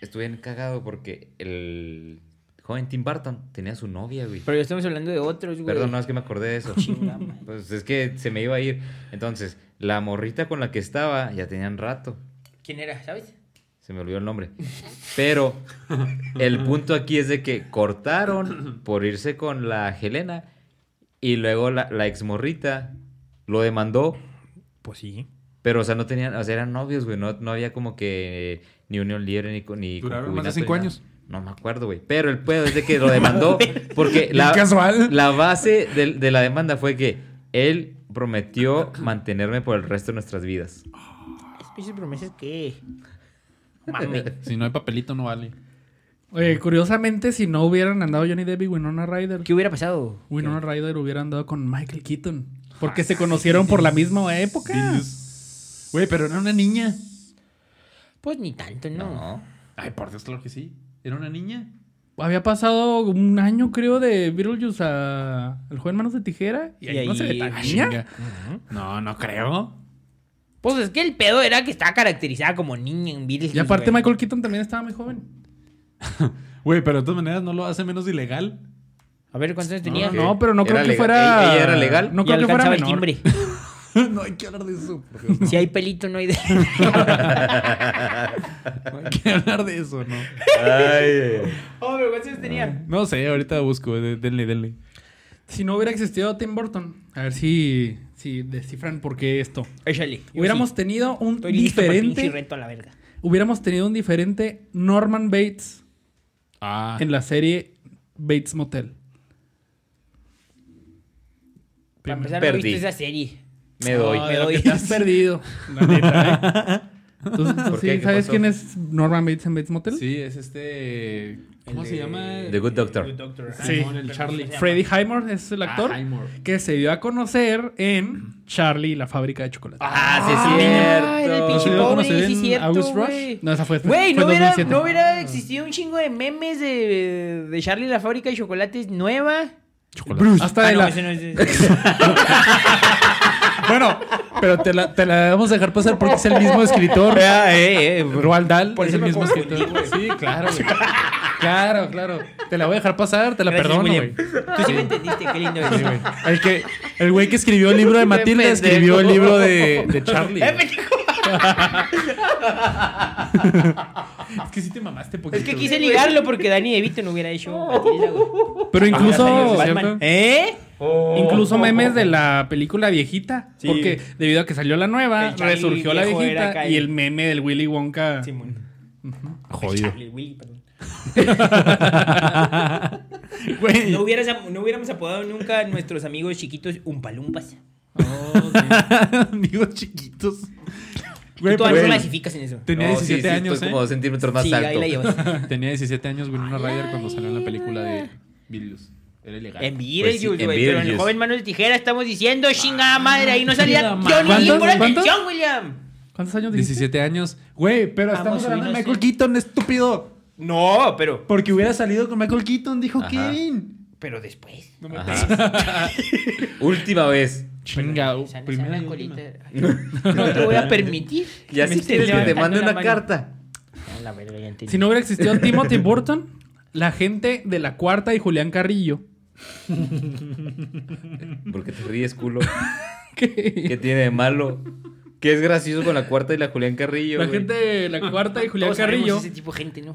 estuvieron cagado porque el joven Tim Burton tenía su novia, güey.
Pero ya estamos hablando de otros, güey.
Perdón, no, es que me acordé de eso.
Chingada madre.
Pues es que se me iba a ir. Entonces, la morrita con la que estaba ya tenían rato.
¿Quién era, sabes?
Se me olvidó el nombre. Pero el punto aquí es de que cortaron por irse con la Helena y luego la, la exmorrita lo demandó.
Pues sí.
Pero, o sea, no tenían, o sea, eran novios, güey. No, no había como que eh, ni unión libre ni, co- ni
Duraron más de
concubinato,
cinco
ni nada.
años.
No me acuerdo, güey. Pero el pedo es de que lo
<laughs>
demandó porque la,
casual.
la base de, de la demanda fue que él
<coughs>
prometió mantenerme por el resto de nuestras vidas.
¿Esas pinches promesas qué? Mame.
<laughs> Si no hay papelito, no vale.
Oye, eh, curiosamente, si no hubieran andado Johnny Depp y Winona Ryder,
<laughs> ¿Qué Ah, hubiera pasado?
Winona Ryder hubiera andado con Michael Keaton. Porque se conocieron por la misma época.
Güey, pero era una niña.
Pues ni tanto, ¿no?
No.
Ay, por Dios, claro que sí. Era una niña.
Había pasado un año, creo, de Beetlejuice a El Joven Manos de Tijera. Y ahí, no se ve tan
Ah,
niña.
Chinga. No, no creo.
Pues es que el pedo era que estaba caracterizada como niña en Beatles.
Y aparte, Michael Keaton también estaba muy joven.
Güey, pero de todas maneras no lo hace menos ilegal.
A ver cuántos años
No,
tenía.
no, no, pero no
Era
creo que
legal.
fuera.
¿Ella- ella era legal?
No
Y
creo que fuera
alcanzaba el
menor.
timbre.
no <laughs> hay que hablar de eso. por Dios,
Si hay pelito, no hay de.
No hay que hablar de eso, ¿no?
Ay,
<laughs> oh, pero cuántos años tenía.
No sé, ahorita busco. de- Denle, denle.
Si no hubiera existido Tim Burton, a ver si, si descifran por qué esto.
Échale. Yo
Hubiéramos
sí.
tenido un
Estoy listo para el pinche
diferente.
reto a la verga.
Hubiéramos tenido un diferente Norman Bates
Ah.
en la serie Bates Motel.
Para empezar, no
Perdí.
viste esa serie.
me doy.
Ah,
me
de lo
doy.
que Estás
<laughs>
perdido. La neta, ¿eh? ¿Tú, tú
¿Por
sí
qué? ¿Qué
sabes
pasó?
quién es Norman Bates en Bates Motel?
Sí, es este. ¿Cómo
El
se
de-
llama?
<laughs> The Good Doctor.
Sí.
Simón, el Charlie.
Freddie Highmore es el
Ah,
actor
Highmore.
que se dio a conocer en Charlie y la fábrica de chocolate.
Ah, sí es
Ah, era el
cierto.
pinche
¿Se dio a
pobre,
conocer
sí
en
es cierto,
August Rush?
güey.
No, esa fue después,
Güey,
fue
no hubiera,
2007.
no hubiera existido un chingo de memes de, de Charlie la fábrica de chocolates nueva.
Hasta
Ah,
de
no,
la-
ese no es-
Bueno, pero te la, te la debemos dejar pasar porque es el mismo
<laughs>
escritor.
Ah, eh,
Roald Dahl
Por
es
eso
el
me
mismo
confundí,
escritor. Sí, claro, güey. Claro, claro. Te la voy a dejar pasar, te la
Gracias,
perdono,
William.
güey.
Tú sí me entendiste, qué lindo
Sí,
es.
güey. El que el güey que escribió el libro de Matilda
pendejo.
escribió el libro de, de Charlie.
<laughs> Eh,
güey.
pendejo.
<laughs> Es que sí te mamaste poquito.
Es que quise ligarlo porque Dani DeVito no hubiera hecho Matilda, güey.
Pero
Batman.
incluso, ¿cierto?
¿Eh?
incluso memes de la película viejita.
Sí.
Porque debido a que salió la nueva,
El Charlie
resurgió la
viejo era
viejita
acá
y
y-
el meme del Willy Wonka.
Simón. <laughs>
Jodido.
Charlie, Willy, perdón.
Güey.
No, hubieras- no hubiéramos apodado nunca a nuestros amigos chiquitos Umpalumpas.
Oh, sí.
Amigos chiquitos.
Tú
Güey,
todavía no
pero-
clasificas en eso.
tenía
No, sí,
17
sí,
años,
Estoy
¿eh?
como dos centímetros más
Sí,
alto.
ahí la
<laughs>
llevas.
Tenía 17 años Winona Ryder cuando salió en la película de Billions. Era ilegal.
En
Pues sí,
Beetlejuice,
en
güey. pero en el
Beetlejuice. Ah,
joven Manos de Tijera estamos diciendo, chingada madre, ahí no salía
chingada madre.
Johnny Depp por
¿Cuántos? ¿Cuántos?
atención, William.
¿Cuántos años dijiste?
17 años. Güey, pero
Vamos,
estamos hablando de
Winona,
Michael
sí.
Keaton, estúpido.
No, pero.
Porque hubiera salido con Michael Keaton, dijo
Ajá.
Kevin.
Pero después.
Ajá. <laughs> Última
<laughs>
vez.
Chinga,
Sale- sale
primera
la
y
colita.
última.
<laughs>
Ay, No te voy a permitir.
Ya
me
si
estés
quieres que te
levantando
mande
la
una
mano.
carta.
A la verga, ya entendí.
Si no hubiera existido Timothy Burton, la gente de la cuarta y Julián Carrillo.
Porque te ríes, culo.
que-
<laughs> ¿Qué tiene de malo? ¿Qué es gracioso con la cuarta y la Julián Carrillo?
la
güey?
gente de la cuarta y Julián
Todos sabemos
Carrillo
ese tipo de
<laughs>
gente, ¿no?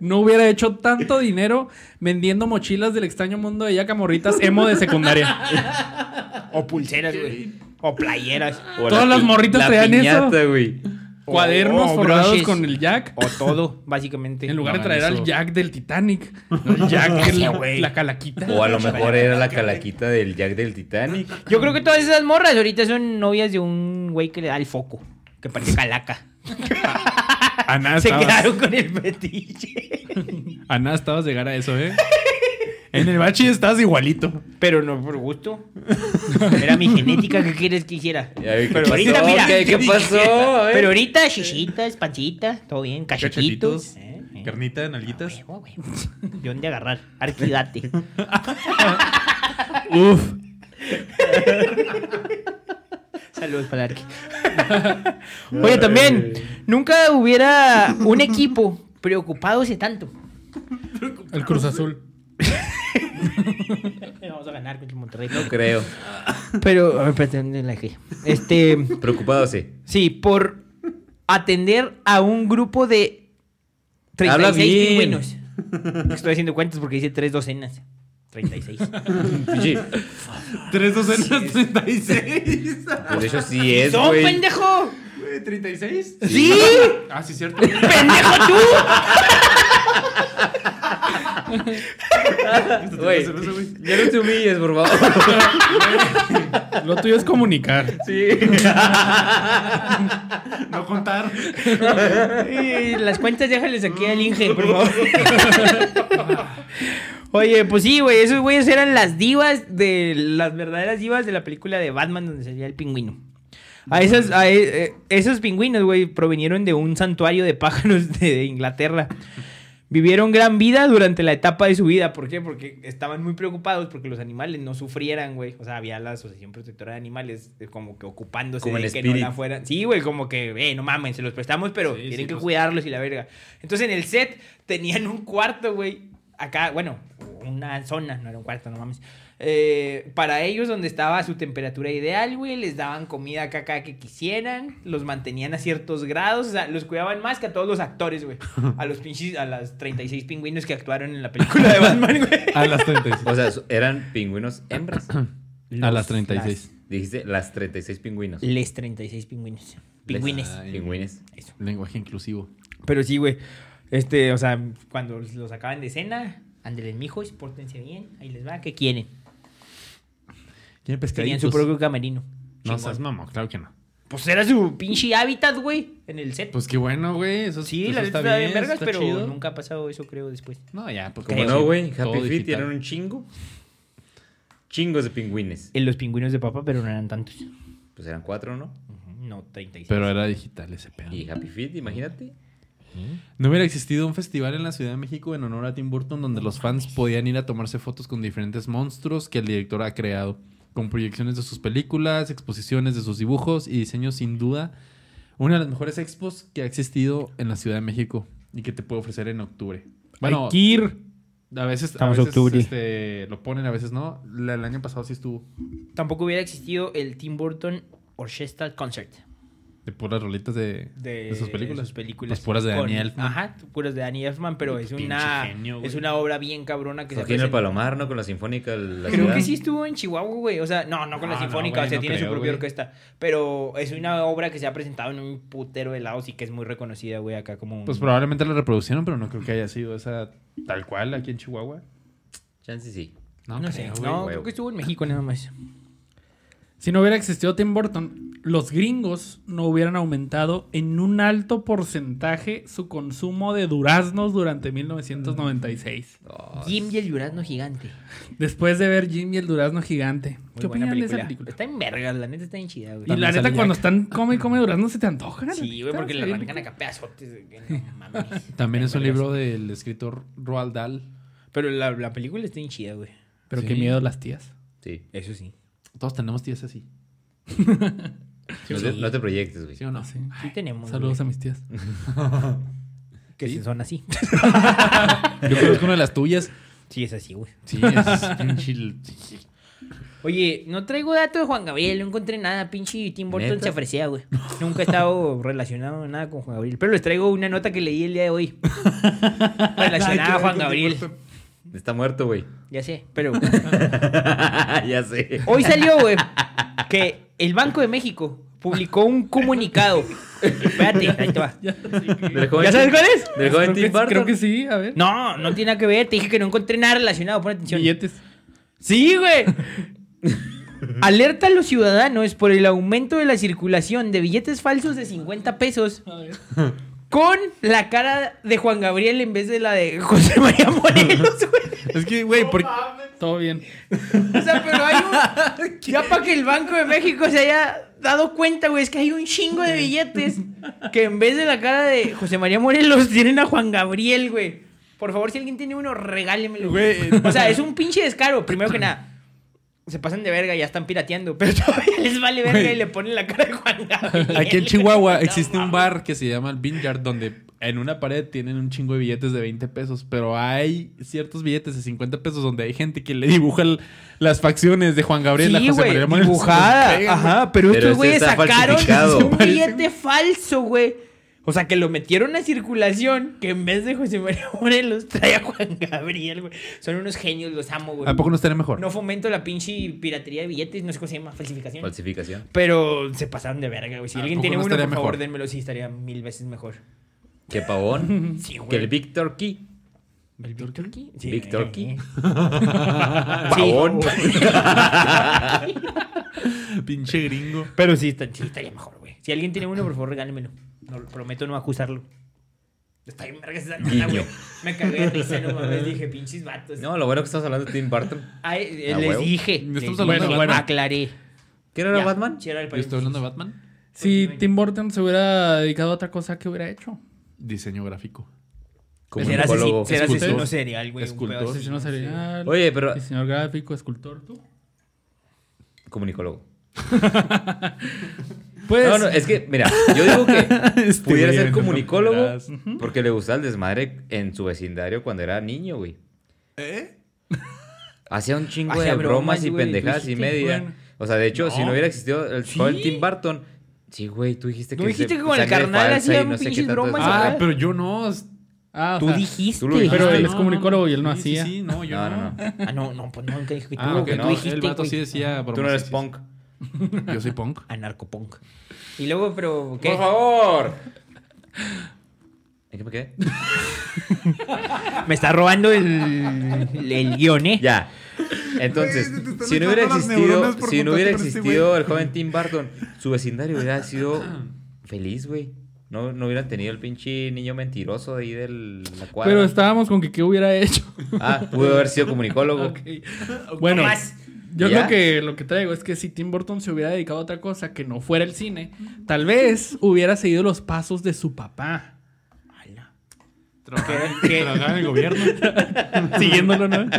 no hubiera hecho tanto dinero vendiendo mochilas del extraño mundo de Yacamorritas emo de
<laughs>
secundaria.
O pulseras, güey. O playeras.
O la
Todas las
pi-
morritas
la
traían
piñata,
eso.
güey.
Cuadernos
Oh,
o
forrados
broches.
con el Jack.
O todo, básicamente.
En lugar de
No,
traer
eso-
al Jack del Titanic. No,
<laughs>
el Jack, el-
güey.
la calaquita.
O a
<laughs>
lo mejor era la calaquita del Jack del Titanic.
Yo creo que todas esas morras ahorita son novias de un güey que le da el foco. Que parece calaca.
Ah,
Ana,
Se
estabas-
quedaron con el fetiche.
Ana, estabas llegar a eso,
<laughs>
¿eh? En el bachi estás igualito.
Pero no por gusto. <laughs> Era mi genética que quieres que hiciera.
Ya vi, ¿qué
Pero
pasó?
ahorita, mira.
¿Qué,
<laughs>
qué pasó? Eh. A ver.
Pero ahorita, chichitas, pancitas, todo bien, cachetitos. ¿eh? ¿eh?
Carnita,
Ah,
nalguitas.
huevo, güey. De dónde agarrar.
<laughs>
Arquidate.
Uf.
Saludos
<laughs>
para Arqui. Oye, también,
Eh.
nunca hubiera un equipo preocupándose tanto.
El Cruz Azul.
<laughs> Vamos a ganar contra el Monterrey.
No creo.
Pero, a ver, espérate, ¿dónde la dejé? Este,
Preocupado, sí.
sí, por atender a un grupo de
Habla
36
bien.
pingüinos. Estoy haciendo cuentas porque dice tres docenas. 36.
Sí.
Tres docenas, 36.
Pues de hecho sí <laughs> es,
¡Son,
güey.
pendejo!
¿36?
¡Sí!
Ah, sí, cierto.
¡Pendejo tú!
Güey, ya no te humilles, por
<laughs>
favor.
Lo tuyo es comunicar.
<laughs>
No contar.
Eh, Las cuentas déjales aquí al Inge, por favor. <laughs> Oye, pues sí, güey, esos güeyes eran las divas de las verdaderas divas de la película de Batman donde salía el pingüino. A esas, a e- eh, esos pingüinos, güey, provenieron de un santuario de pájaros de Inglaterra. Vivieron gran vida durante la etapa de su vida. ¿Por qué? Porque estaban muy preocupados porque los animales no sufrieran, güey. O sea, había la Asociación Protectora de Animales eh, como que ocupándose
Como
de
el
que no la
Spirit.
fueran. Sí, güey, como que, eh, no mamen, se los prestamos, pero
Sí,
tienen
sí,
que
los-
cuidarlos y la verga. Entonces en el set tenían un cuarto, güey. Acá, bueno, una zona, no era un cuarto, no mames. Eh, para ellos, donde estaba su temperatura ideal, güey, les daban comida acá, acá que quisieran, los mantenían a ciertos grados, o sea, los cuidaban más que a todos los actores, güey. A los pinches, a las 36 pingüinos que actuaron en
<laughs>
la película de Batman, güey.
A las <laughs> 36.
O sea, eran pingüinos hembras.
A las 36.
Dijiste las 36 pingüinos.
Les 36 pingüinos. Pingüines.
Ay.
Pingüines.
Lenguaje inclusivo.
Pero sí, güey. Este, o sea, cuando los sacaban de escena, ándele, mijos, pórtense bien, ahí les va, ¿qué quieren?
¿Quién
Tenían su propio camerino.
No
Chingón.
seas mamón, claro que no.
Pues era su pinche hábitat, güey, en el set.
Pues qué bueno, güey. Eso pues
sí,
eso
la neta
está
pues, está
bien,
bien vergas,
está
pero
chido.
nunca ha pasado eso, creo, después.
No, ya, porque
Como
Creo.
no, güey.
Todo
Happy Feet
digital.
tienen un chingo. Chingos de pingüines.
En Eh, los pingüinos de papa, pero no eran tantos.
Pues eran cuatro, ¿no?
Ujú, No, 36.
Pero era digital ese pedo.
Y Happy Feet, imagínate.
No hubiera existido un festival en la Ciudad de México en honor a Tim Burton donde los fans podían ir a tomarse fotos con diferentes monstruos que el director ha creado, con proyecciones de sus películas, exposiciones de sus dibujos y diseños sin duda. Una de las mejores expos que ha existido en la Ciudad de México y que te puede ofrecer en octubre. Bueno,
Hay que ir.
A veces, a
Estamos
veces,
octubre.
este, lo ponen, a veces no. La- el año pasado sí estuvo
Tampoco hubiera existido el Tim Burton Orchestral Concert.
de puras rolitas de,
De,
de sus películas.
sus películas.
Las puras de
Con-
Daniel Elfman.
Ajá, puras de Danny Elfman, pero es
pinche
una,
genio, güey.
es una obra bien cabrona que se
Aquí en el
presenta-
Palomar, ¿no? Con la Sinfónica. la
Creo
ciudad.
que sí estuvo en Chihuahua, güey. O sea, no, no con la
Ah, No, no,
Sinfónica,
güey,
o sea,
no
tiene
creo,
su propia
güey.
orquesta. Pero es una obra que se ha presentado en un putero de lados y que es muy reconocida, güey, acá como un-
Pues probablemente la reproducieron, pero no creo que haya sido esa tal cual aquí en Chihuahua.
Chance sí.
No,
No
creo,
sé,
güey.
no,
güey.
creo que estuvo en México nada más.
Si no hubiera existido Tim Burton, los gringos no hubieran aumentado en un alto porcentaje su consumo de duraznos durante 1996.
Mm. Jim y el durazno gigante.
Después de ver Jimmy el durazno gigante.
Muy
¿Qué
buena
opinan de
película.
esa película?
Está en verga, la neta está en chida, güey.
Y la
También sale
neta, cuando
Jack.
están come y come durazno, se te antoja. la
Sí, güey,
neta,
porque
se
le
ve
arrancan
rico.
acá pedazotes. güey,
<laughs>
no mames.
También es un
Está en vergas.
libro del escritor Roald Dahl.
Pero la, la película está en chida, güey.
Pero
Sí.
qué miedo las tías.
Sí.
Eso sí.
Todos tenemos tías así.
No te, no te proyectes, güey.
¿Sí o no?
Ah, Sí.
Sí tenemos.
Saludos
güey,
a mis tías.
Que son así. <laughs>
Yo creo que es una de las tuyas.
Sí, es así, güey.
Sí, es pinche.
Oye, no traigo datos de Juan Gabriel, no encontré nada. Pinche Tim Burton
¿Neta?
se ofrecía, güey. Nunca he estado relacionado nada con Juan Gabriel. Pero les traigo una nota que leí el día de hoy. Relacionada a Juan Gabriel.
Está muerto,
<laughs>
güey. <laughs>
Ya sé, pero.
ya sé.
Hoy salió, güey, que el Banco de México publicó un comunicado. Espérate, ahí te va.
Del joven-
¿Ya sabes cuál es?
Del joven
Creo que,
Tim Burton.
creo que sí, a ver.
No, no tiene nada que ver. Te dije que no encontré nada relacionado. Pon atención.
Billetes.
Sí, güey. <laughs> Alerta a los ciudadanos por el aumento de la circulación de billetes falsos de 50 pesos
A ver.
con la cara de Juan Gabriel en vez de la de José María Morelos,
<laughs>
güey.
Es que, güey, porque.
Todo bien.
O sea, pero hay
<laughs>
un... Ya para que el Banco de México se haya dado cuenta, güey, es que hay un chingo de billetes que en vez de la cara de José María Morelos tienen a Juan Gabriel, güey. Por favor, si alguien tiene uno, regálemelo.
Güey, eh,
O sea, es un pinche descaro. Primero que nada, se pasan de verga, ya están pirateando, pero <laughs> todavía les vale verga
Güey.
y le ponen la cara de Juan
<laughs>
Gabriel.
Aquí en Chihuahua existe
No,
un bar que se llama el Vineyard, donde en una pared tienen un chingo de billetes de 20 pesos, pero hay ciertos billetes de 50 pesos donde hay gente que le dibuja el- las facciones de Juan Gabriel a
Sí,
José
güey,
María Morelos. <laughs>
dibujada. Ajá, pero,
Pero
estos
este
güeyes
está
sacaron <laughs>
falsificado.
un billete falso, güey. O sea, que lo metieron a circulación, que en vez de José María Morelos trae a Juan Gabriel, güey. Son unos genios, los amo, güey.
¿A poco no estaría mejor?
No fomento la pinche piratería de billetes, no sé cómo se llama, falsificación.
Falsificación.
pero se pasaron de verga, güey. Si
¿A
alguien
poco
tiene
no
uno, por
estaría
favor,
mejor?
denmelo, sí, estaría mil veces mejor.
Que
<laughs>
pavón.
Sí, güey.
que el Victor Key.
¿El Victor Key? Sí.
Victor Key.
Pavón.
Pinche gringo.
Pero sí, está- sí estaría mejor, güey. Si alguien tiene uno, por favor, regálemelo. No, prometo no acusarlo. Está bien verga esa nota, güey.
Guiño.
Me cagué de risa, no mames. Dije, pinches vatos.
No, lo bueno que estamos hablando de Tim Burton.
Ay, eh,
Ah,
les
huevo.
dije.
Estamos
Les
hablando
dije,
de Batman.
Aclaré.
¿Quién era
Ya,
Batman?
cierra el
Yo estoy
paréntesis.
hablando de Batman.
Si Tim Burton se hubiera dedicado a otra cosa, ¿qué hubiera hecho?
Diseño gráfico.
Será asesino,
Comunicólogo.
será
escultor,
asesino serial, güey. un
escultor,
pedo así,
Asesino
no sé.
serial,
Oye, pero.
diseñador gráfico, escultor, tú.
Comunicólogo.
Pues,
No, no, es que, mira, yo digo
<laughs>
que pudiera
güey,
ser
no
comunicólogo
verás.
porque le gustaba el desmadre en su vecindario cuando era niño, güey. Hacía un chingo
Hacía
de bromas,
bromas,
y
güey, tú
pendejadas y
dijiste,
media.
bueno.
O sea, de hecho, si
No.
no hubiera existido el joven Tim Burton. Sí, güey, tú dijiste que.
Tú dijiste
se-
que con el
sangre
carnal
falsa y
hacían
no sé qué
pinches
tanto
bromas,
desmadre.
¿verdad?
Ah, pero yo no.
ah, o
Tú
sea,
dijiste.
tú lo dijiste.
Pero él
No,
es
no,
comunicólogo y él no
sí, sí,
hacía.
Sí, no, yo
No,
no.
no,
Ah, no, no, pues no, nunca dije que tú,
Ah, ok,
que tú
no,
dijiste.
el vato
güey.
sí decía
Tú no eres
bromas,
punk.
Yo soy punk.
Anarcopunk. Y luego, pero, ¿qué?
¡Por favor! ¿En qué me quedé?
Me está robando el, el guión, ¿eh?
Ya. Entonces,
Güey, se te están
si no hubiera
echando las neuronas
existido,
por
si no hubiera
contacto con este
existido
güey.
el joven Tim Burton, su vecindario hubiera
<clears throat>
sido feliz, güey. No, no hubieran tenido el pinche niño mentiroso de ahí de la cuadra.
Pero estábamos con que qué hubiera hecho. <laughs>
Ah, pudo haber sido comunicólogo.
Ok. Bueno,
más?
yo
¿Ya?
creo que lo que traigo es que si Tim Burton se hubiera dedicado a otra cosa que no fuera el cine, tal vez hubiera seguido los pasos de su papá.
Trabajar trabajar en el gobierno.
Siguiéndolo, ¿no?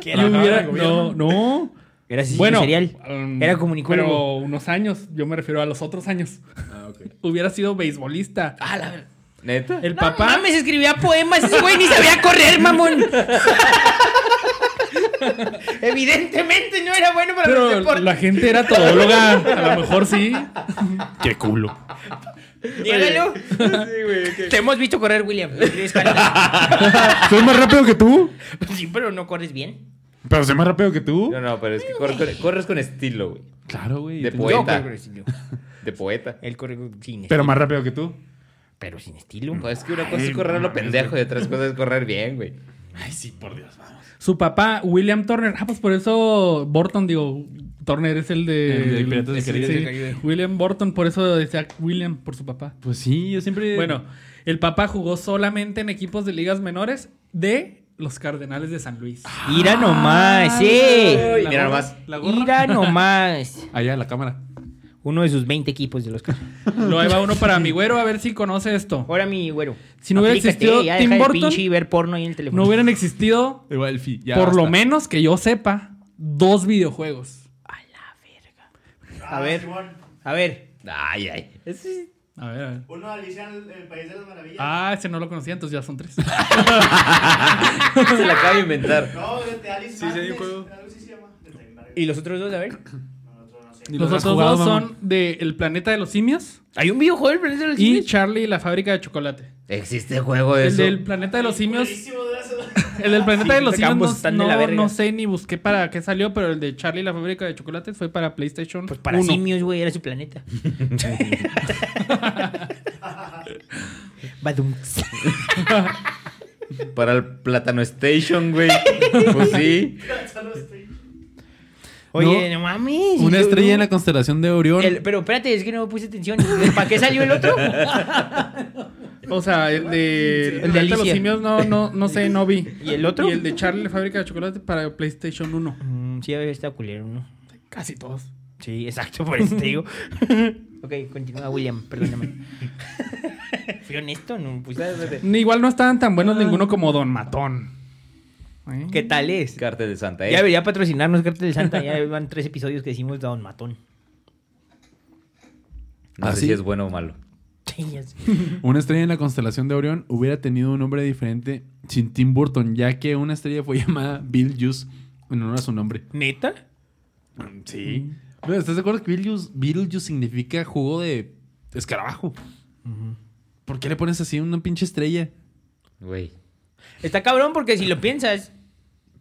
¿Qué
Y
era?
hubiera- no, no.
Era asesino
Bueno,
serial.
um,
Era comunicólogo.
Pero unos años, yo me refiero a los otros años.
Ah, ok.
Ah,
Hubiera sido beisbolista.
¿Neta?
El papá.
mames, escribía poemas. Ese güey ni sabía correr, mamón. <laughs> Evidentemente no era bueno para los
pero
deportes.
la gente era todóloga. A lo mejor sí.
Qué culo.
Niégalo.
Sí, güey. que-
Te hemos visto correr,
<laughs>
William. Eres jalada.
Soy más rápido que tú,
sí, pero no corres bien.
pero soy más rápido que tú.
No, no, pero es que cor- cor- corres con estilo, güey.
Claro, güey.
De
Ten-
poeta.
Yo corro con estilo.
De poeta.
Él corre con- sin estilo.
Pero más rápido que tú.
Pero sin estilo.
Mm.
No, es que una cosa es correr a lo pendejo y otra cosa es correr bien, güey.
Ay, sí, por Dios, vamos.
Su papá, William Turner. Ah, pues por eso Burton, digo, Turner es el de.
El de Piratas del
sí,
Caribe.
sí. William Burton, por eso decía William, por su papá.
Pues sí, yo siempre.
Bueno, el papá jugó solamente en equipos de ligas menores de los Cardenales de San Luis.
Ah.
Mira nomás, sí.
Ay,
Ah, La
mira
gorra,
nomás.
La gorra.
<laughs>
Mira nomás.
Allá, la cámara.
Uno de sus 20 equipos de los que.
Lo ahí va uno para mi güero, a ver si conoce esto.
Ahora mi güero.
Si no hubiera
Aplícate,
existido
ya
Tim
deja de
Burton,
pinche y ver porno ahí en el teléfono.
No hubieran existido,
Igual, fi, ya
por lo
basta.
menos que yo sepa, dos videojuegos.
A la verga. A ver. A ver.
Ay, ay. Ese sí.
A ver, a ver.
Uno Alicia en el País de las Maravillas.
Ah, ese no lo conocía, entonces ya son tres.
Se la acaba de inventar.
No, de Alice
Sí, sí, hay un juego.
Algo así se llama.
¿Y los otros dos? A ver.
<laughs> Ni
Los
has
otros
jugado,
dos
mamón.
son de El Planeta de los Simios
Hay un videojuego del planeta de los
y
simios.
Charlie y la fábrica de chocolate.
Existe juego de
El
eso.
del Planeta de los Simios.
<laughs>
El
El
del Planeta
Sí,
de los
que ambos
Simios no,
están de la
no-
verga.
no sé ni busqué para qué salió, pero el de Charlie y la fábrica de chocolates fue para PlayStation.
Pues para
1.
simios, güey, era su planeta. Badum.
Para el Plátano Station, güey. pues
<laughs>
sí.
Oye, no, mames.
Una
yo-
estrella
yo-
en la constelación de Orión.
El- pero espérate, es que no puse atención. ¿Para qué salió el otro?
O sea, el de,
El
el
de
planeta de los
Alicia.
simios no, no, no sé, no vi.
<laughs> ¿Y el otro?
Y el de Charlie, la fábrica de chocolate para PlayStation 1.
Mm, sí, había estado culero, ¿no?
Casi todos.
Sí, exacto, por eso te digo. ok, continúa, William, perdóname. <laughs> Fui honesto, no Pues, puse.
Ni- Igual no estaban tan
Ah.
buenos ninguno como Don Matón. ¿Eh?
¿Qué tal es?
Cartel de Santa,
Ya
eh.
debería patrocinarnos Cartel de Santa. Ya van tres episodios que decimos
<laughs>
Don Matón.
No
¿Ah,
sé
sí?
si es bueno o malo.
Sí, ya sé.
Una estrella en la constelación de Orión hubiera tenido un nombre diferente sin Tim Burton, ya que una estrella fue <laughs> llamada Beetlejuice en honor a su nombre.
¿Neta?
Sí. Pero ¿estás de acuerdo que Beetlejuice, Beetlejuice significa jugo de escarabajo? ¿Por qué le pones así una pinche estrella?
Güey.
Está cabrón porque si lo piensas,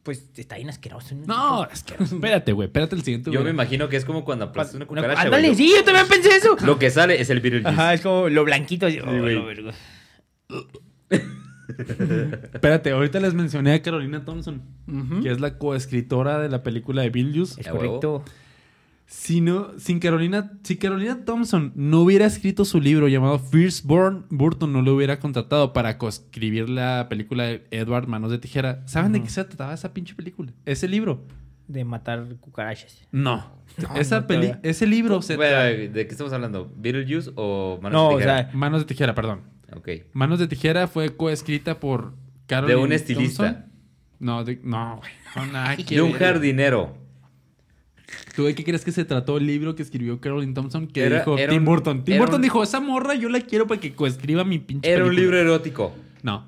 pues está bien asqueroso.
No, es que espérate, güey, espérate el siguiente.
Yo me
güey.
imagino que es como cuando aplastas una
Una-
cucaracha,
ándale,
güey.
sí, yo también pensé eso.
Lo que sale es el Beetlejuice.
Ajá, es como lo blanquito. Así, oh,
güey.
la verga.
Espérate, ahorita les mencioné a Carolina Thompson,
Ujú.
que es la coescritora de la película de Beetlejuice.
es
A huevo.
correcto.
Si no, sin Carolina, si Carolina Thompson no hubiera escrito su libro llamado Firstborn, Burton no lo hubiera contratado para coescribir la película de Edward Manos de Tijera. ¿Saben de qué se trataba esa pinche película? Ese libro.
De matar cucarachas.
No. Esa
no te
peli-
vea.
ese libro se
Bueno,
tra-
¿De qué estamos hablando? ¿Beetlejuice o Manos
No,
de
o
Tijera?
sea,
Manos de Tijera, perdón.
Ok.
Manos de Tijera fue coescrita por Carolina
De un estilista.
Thompson. No, de- no, güey. No, nada que
De un
ver.
jardinero.
¿Tú de qué crees que se trató el libro que escribió Carolyn Thompson que
Era-
dijo
era
Tim
un-
Burton? Tim
era
Burton
un-
dijo, esa morra yo la quiero para que coescriba mi pinche
Era un
película".
libro erótico.
No.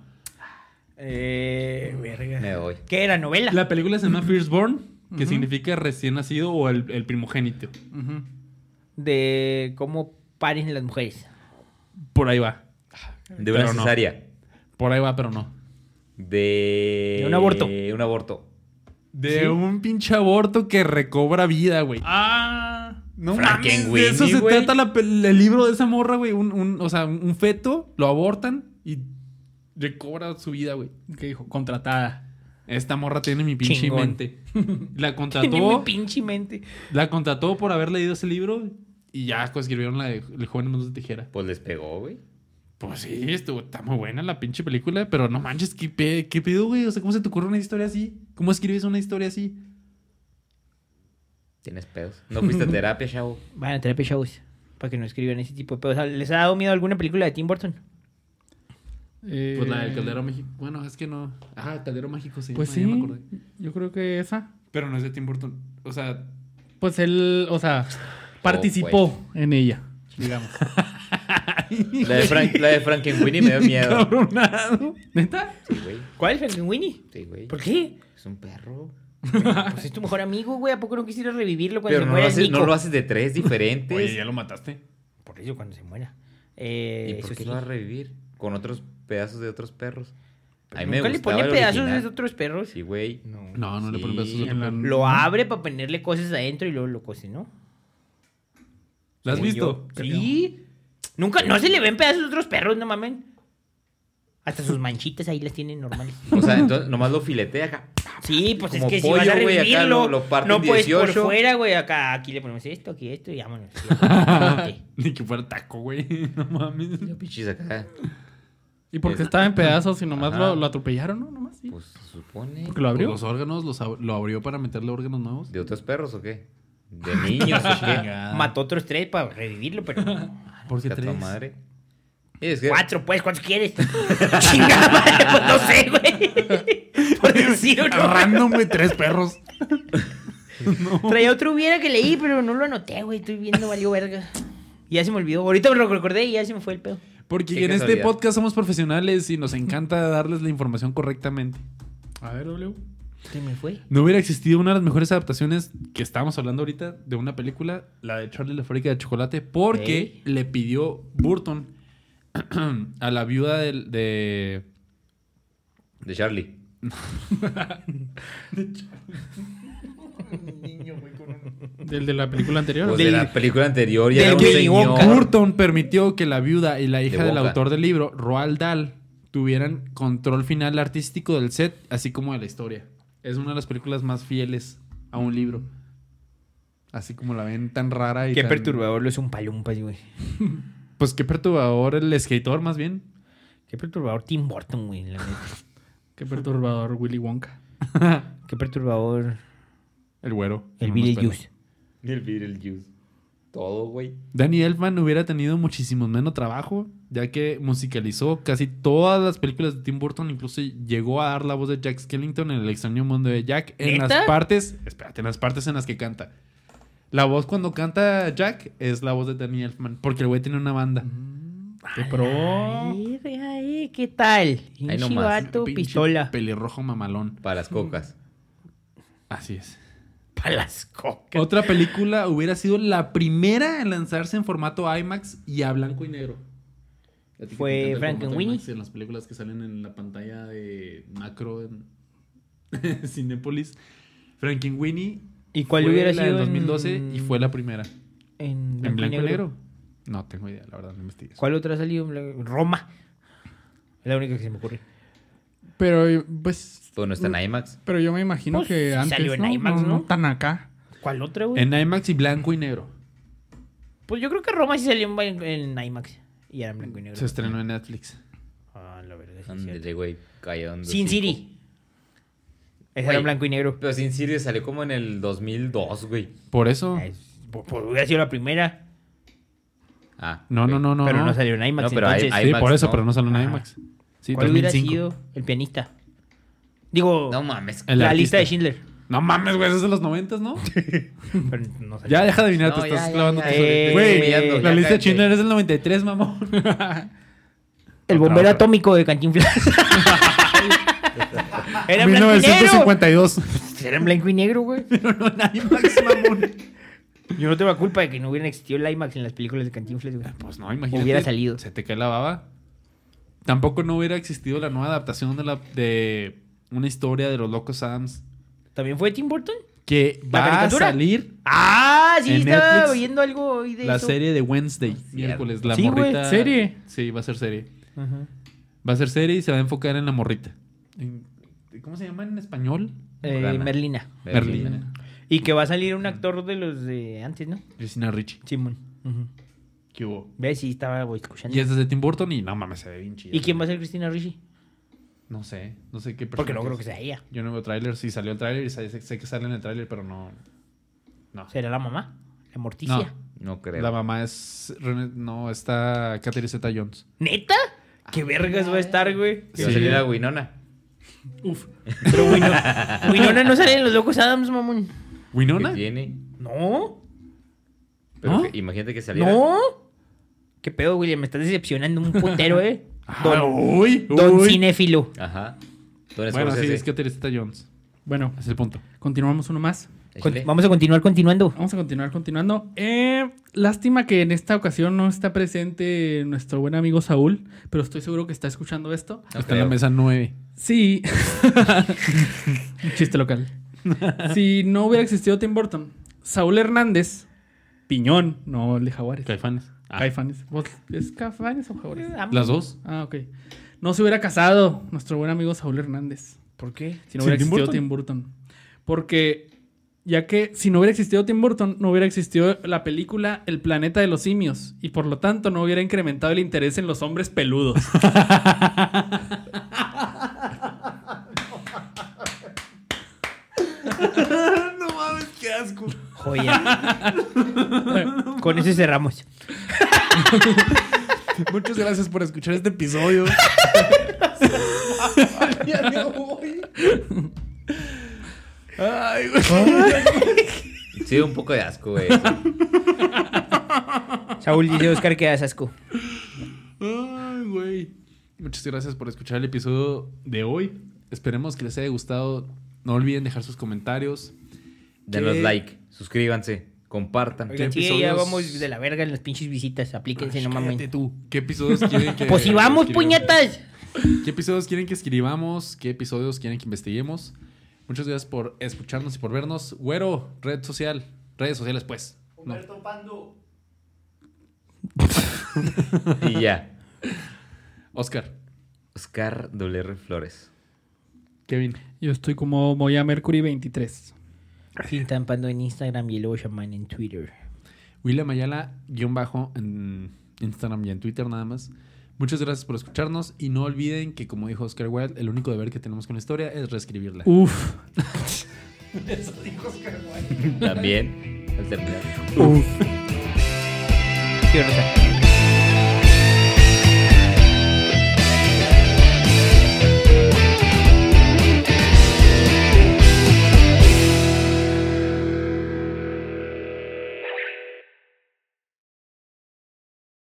Eh, verga.
Mm, Me voy.
¿Qué era? ¿Novela?
La película se llama Firstborn, que significa recién nacido o el, el primogénito.
Ujú.
De cómo paren las mujeres.
Por ahí va.
De una
Pero no.
cesárea.
Por ahí va, pero no.
De...
De un aborto.
un aborto.
De un pinche aborto que recobra vida, güey.
Ah.
No
Frankenweenie,
mames, de eso se
güey.
trata la pel- el libro de esa morra, güey. Un, un- o sea, un feto, lo abortan y recobra su vida, güey.
¿Qué dijo? Contratada.
Esta morra tiene mi pinche
Chingón. <laughs>
mente. la
<laughs> Tiene mi
contrató,
pinche mente.
la contrató por haber leído ese libro y ya coescribieron la de El joven mundo de tijera.
Pues les pegó, güey.
Pues sí, estuvo, está muy buena la pinche película, pero no manches, ¿qué, pe- qué pedo, güey? O sea, ¿cómo se te ocurre una historia así? ¿Cómo escribes una historia así?
Tienes pedos. No fuiste a terapia, chavo.
Van a terapia shows para que no escriban ese tipo de pedos. ¿Les ha dado miedo alguna película de Tim Burton?
Eh,
Pues la del Caldero Mágico. Bueno, es que no. Ah, Caldero Mágico sí.
Pues sí, yo creo que esa.
Pero no es de Tim Burton. O sea,
Oh,
Pues él, o sea, participó en ella, digamos.
La de, Frank, la de Frankenweenie me dio miedo.
<laughs>
Cabronado.
¿Neta?
Sí, güey.
¿Cuál, Frankenweenie?
Sí, güey.
¿Por qué?
Es un perro.
Pues es tu mejor amigo, güey. ¿A poco no quisieras revivirlo cuando
Pero
se
no lo,
muera el
haces, no
Nico?
lo haces de tres diferentes.
Pues
Oye, ya lo mataste.
Por eso cuando se muera.
¿Y
Eh,
por
eso
qué
sí.
lo vas a revivir? Con otros pedazos de otros perros. A mí me
Nunca le
gustaba
pone
el
pedazos
original.
de otros perros.
Sí, güey.
No, no le ponen pedazos de
Sí.
otro perro.
Lo abre para ponerle cosas adentro y luego lo cose, ¿no?
¿La has
Según
visto?
yo. Sí. Nunca, no se le ven pedazos de otros perros, no mamen. Hasta sus manchitas ahí las tienen normales.
O sea, entonces nomás lo filetea acá.
Sí, pues
Como
es que
pollo,
si vas a
güey, acá
revivirlo,
lo- lo parten
no puedes
18.
por fuera, güey, acá aquí le ponemos esto, aquí esto y vámonos. Sí, aparte.
<laughs> Ni que fuera taco, güey. <laughs> No mames.
Y lo pinches acá.
¿Y por qué
Es-
estaba en pedazos y nomás
Ajá.
lo, lo atropellaron, no? Nomás sí.
Pues se supone.
Porque lo abrió.
Los órganos los ab- lo abrió para meterle órganos nuevos.
¿De otros perros o qué? ¿De niños o qué?
Mató otros tres para revivirlo, pero no.
¿Por <laughs> qué
Está tu
tres?
madre. Y es que
cuatro, pues, ¿cuántos quieres? <laughs> Chingada madre, pues no sé, güey. <laughs> Por decir uno.
Random, güey, tres perros.
Traía otro hubiera que leí, pero no lo anoté, güey. Estoy viendo, valió verga. Y ya se me olvidó. Ahorita me lo recordé y ya se me fue el pedo.
Porque en
Qué
este
casualidad.
podcast somos profesionales y nos encanta darles la información correctamente.
A ver, W.
Se me fue.
No hubiera existido una de las mejores adaptaciones que estábamos hablando ahorita de una película, la de Charlie y la fábrica de chocolate, porque le pidió Burton <clears throat> a la viuda del- de,
De Charlie.
Del de la película anterior.
Pues de la película anterior ya
del
era un
Willy
señor.
Wonka.
Burton permitió que la viuda y la hija
De
del
Wonka.
autor del libro, Roald Dahl, tuvieran control final artístico del set, así como de la historia. Es una de las películas más fieles a un libro. Así como la ven tan rara y
Qué
tan-
perturbador lo es un palumpas, güey.
Pues qué perturbador el escritor, más bien.
Qué perturbador Tim Burton, güey, la neta.
Qué perturbador Willy Wonka.
Qué perturbador
El güero.
el
No
Billy
nos pela.
Juice.
El Beetlejuice. Todo, güey.
Danny Elfman hubiera tenido muchísimo menos trabajo, ya que musicalizó casi todas las películas de Tim Burton, incluso llegó a dar la voz de Jack Skellington en El extraño mundo de Jack en
¿Neta?
las partes, espérate, en las partes en las que canta. La voz cuando canta Jack es la voz de Danny Elfman, porque el güey tiene una banda.
Qué pro.
Ay, ay, ay, ¿qué tal?
Ahí
Un
nomás,
chivato,
Pinche
pistola.
Pelirrojo mamalón.
Para las
Mm.
cocas.
Así es.
Para las cocas.
Otra película hubiera sido la primera en lanzarse en formato IMAX y a blanco y negro. ¿A ti qué te
Fue
encanta el
Frank and
formato
Winnie.
IMAX En las películas que salen en la pantalla de macro en <laughs> Cinépolis. Frankenweenie
¿Y cuál
fue
hubiera
la
sido?
del 2012
en-
y fue la primera.
en
¿En blanco y negro? No tengo idea, la verdad, no investigué. eso.
¿Cuál otra ha salido? en blanco- Roma. Es la única que se me ocurre.
Pero, pues.
Todo no está
Mm.
en IMAX.
Pero yo me imagino
Pues,
que
sí
antes.
salió en
¿no?
IMAX,
No, no
¿no?
tan acá.
¿Cuál otra, güey?
En IMAX y blanco y negro.
Pues yo creo que Roma sí salió en, en- en IMAX. Y era en blanco y negro.
Se estrenó en Netflix.
Ah, la verdad. Sí, es cierto.
Ándale, güey. Callando.
Sin
hocico.
City. Ese
Güey.
era en blanco y negro.
Pero Sin City salió como en el 2002, güey.
Por eso.
Ay, Pues pues hubiera sido la primera.
Ah.
No, no, no, no.
pero no
no.
salió en IMAX.
No, pero hay-
entonces,
hay-
Sí, por
IMAX,
eso,
¿no?
pero no salió en
Ajá.
IMAX. Sí,
¿cuál hubiera
2005.
sido el pianista? Digo,
No mames.
El
la
artista.
lista de Schindler.
No mames, güey, eso es de los 90, ¿no?
Pero no salió.
<laughs> Ya, deja de adivinar, te
No, ya,
estás
ya,
clavando
ya,
tus
ya,
orejas.
ya,
Güey,
ya, ya,
la
ya,
lista
ya,
de Schindler es del 93, mamón.
<laughs> el
otra,
bombero
otra.
atómico <laughs> de Cantinflas. era en blanco y negro.
1952.
Era en blanco y negro, güey.
Pero no en IMAX, mamón.
Yo no tengo la culpa de que no hubieran existido el IMAX en las películas de Cantinflas, güey.
Pues no, imagínate.
Hubiera salido.
Se te cae la baba. Tampoco no hubiera existido la nueva adaptación de, la, de una historia de los locos Sams
¿También fue de Tim Burton?
que
¿La
va a
caricatura?
salir
Ah, sí,
En
estaba
Netflix,
oyendo algo hoy de
la
eso.
serie de Wednesday, miércoles. La
Sí, güey.
morrita.
¿Serie?
Sí, va a ser serie.
Ajá.
Va a ser serie y se va a enfocar en la morrita. En- ¿Cómo se llama en español?
Eh,
Rana.
Merlina.
Berlín.
Y que va a salir un actor de los de antes, ¿no?
Cristina Ricci.
Simón.
¿Qué hubo?
¿Ves? Sí, estaba güey, escuchando.
Y esta es de Tim Burton y no mames, se ve bien chido.
¿Y quién va a ser Cristina Ricci?
No sé, no sé qué
Porque no
personaje
creo que
es.
sea ella.
Yo no veo tráiler, sí salió el tráiler y sé, sé que sale en el tráiler, pero no. No.
¿Será la mamá? ¿La Morticia?
No.
No creo.
La mamá es. Rene- No, está Catherine Zeta Jones.
¿Neta?
Ah.
¿Qué vergas va a estar, güey?
Y va a
Sí.
salir la Winona.
Uf.
Pero Winona,
<laughs>
Winona no sale en Los Locos Adams, mamón.
Que
¿Winona?
tiene.
¿No?
Pero
¿No?
que- imagínate que saliera.
¿No? ¿Qué pedo, William? Me estás decepcionando un putero, ¿eh?
Ah, uy,
Don
uy.
cinéfilo.
Ajá. Don
Bueno, sí,
Scorsese.
es que Teresa Jones.
Bueno,
Es el punto.
continuamos uno más.
Con-
Échale.
vamos a continuar continuando.
Vamos a continuar, continuando. Eh, lástima que en esta ocasión no está presente nuestro buen amigo Saúl, pero estoy seguro que está escuchando esto.
No
Está en la
creo.
mesa 9.
Sí. Un <laughs> chiste local. si no hubiera existido Tim Burton, Saúl Hernández, Piñón, no el de Jaguares.
Caifanes. Ah,
Caifanes. ¿Vos- ¿Es Caifanes o Jaguares?
Las dos.
<laughs> Ah, ok. No se hubiera casado nuestro buen amigo Saúl Hernández.
¿Por qué?
Si no hubiera
¿Sin
existido
Tim Burton?
Tim Burton. Porque, ya que si no hubiera existido Tim Burton, no hubiera existido la película El planeta de los simios. Y por lo tanto, no hubiera incrementado el interés en los hombres peludos.
No mames, qué asco.
Joya. Con eso cerramos.
Muchas gracias por escuchar este episodio.
Sí, un poco de asco, güey.
Saúl dice Oscar que das asco.
<laughs> Ay, güey. Muchas gracias por escuchar el episodio de hoy. Esperemos que les haya gustado. No olviden dejar sus comentarios.
Denos
¿Qué?
like, suscríbanse, compartan.
¿Qué
Oigan, sí, ya
episodios? Pues
vamos de la verga en las pinches visitas. Aplíquense, no
Cállate
mames.
tú. ¿Qué episodios quieren que
<laughs> Pues si vamos,
que-
puñetas.
¿Qué episodios quieren que escribamos? ¿Qué episodios quieren que investiguemos? Muchas gracias por escucharnos y por vernos. Güero, red social. Redes sociales, pues. No.
Humberto Pando.
Y ya.
Oscar.
Oscar WR Flores.
Kevin.
<laughs> Yo estoy como Moya Mercury 23.
Sin tampando en Instagram y luego shaman en Twitter.
William Ayala, guión bajo, en Instagram y en Twitter nada más. Muchas gracias por escucharnos y no olviden que, como dijo Oscar Wilde, el único deber que tenemos con la historia es reescribirla.
Uf.
También, al terminar.
Sí, Rosa.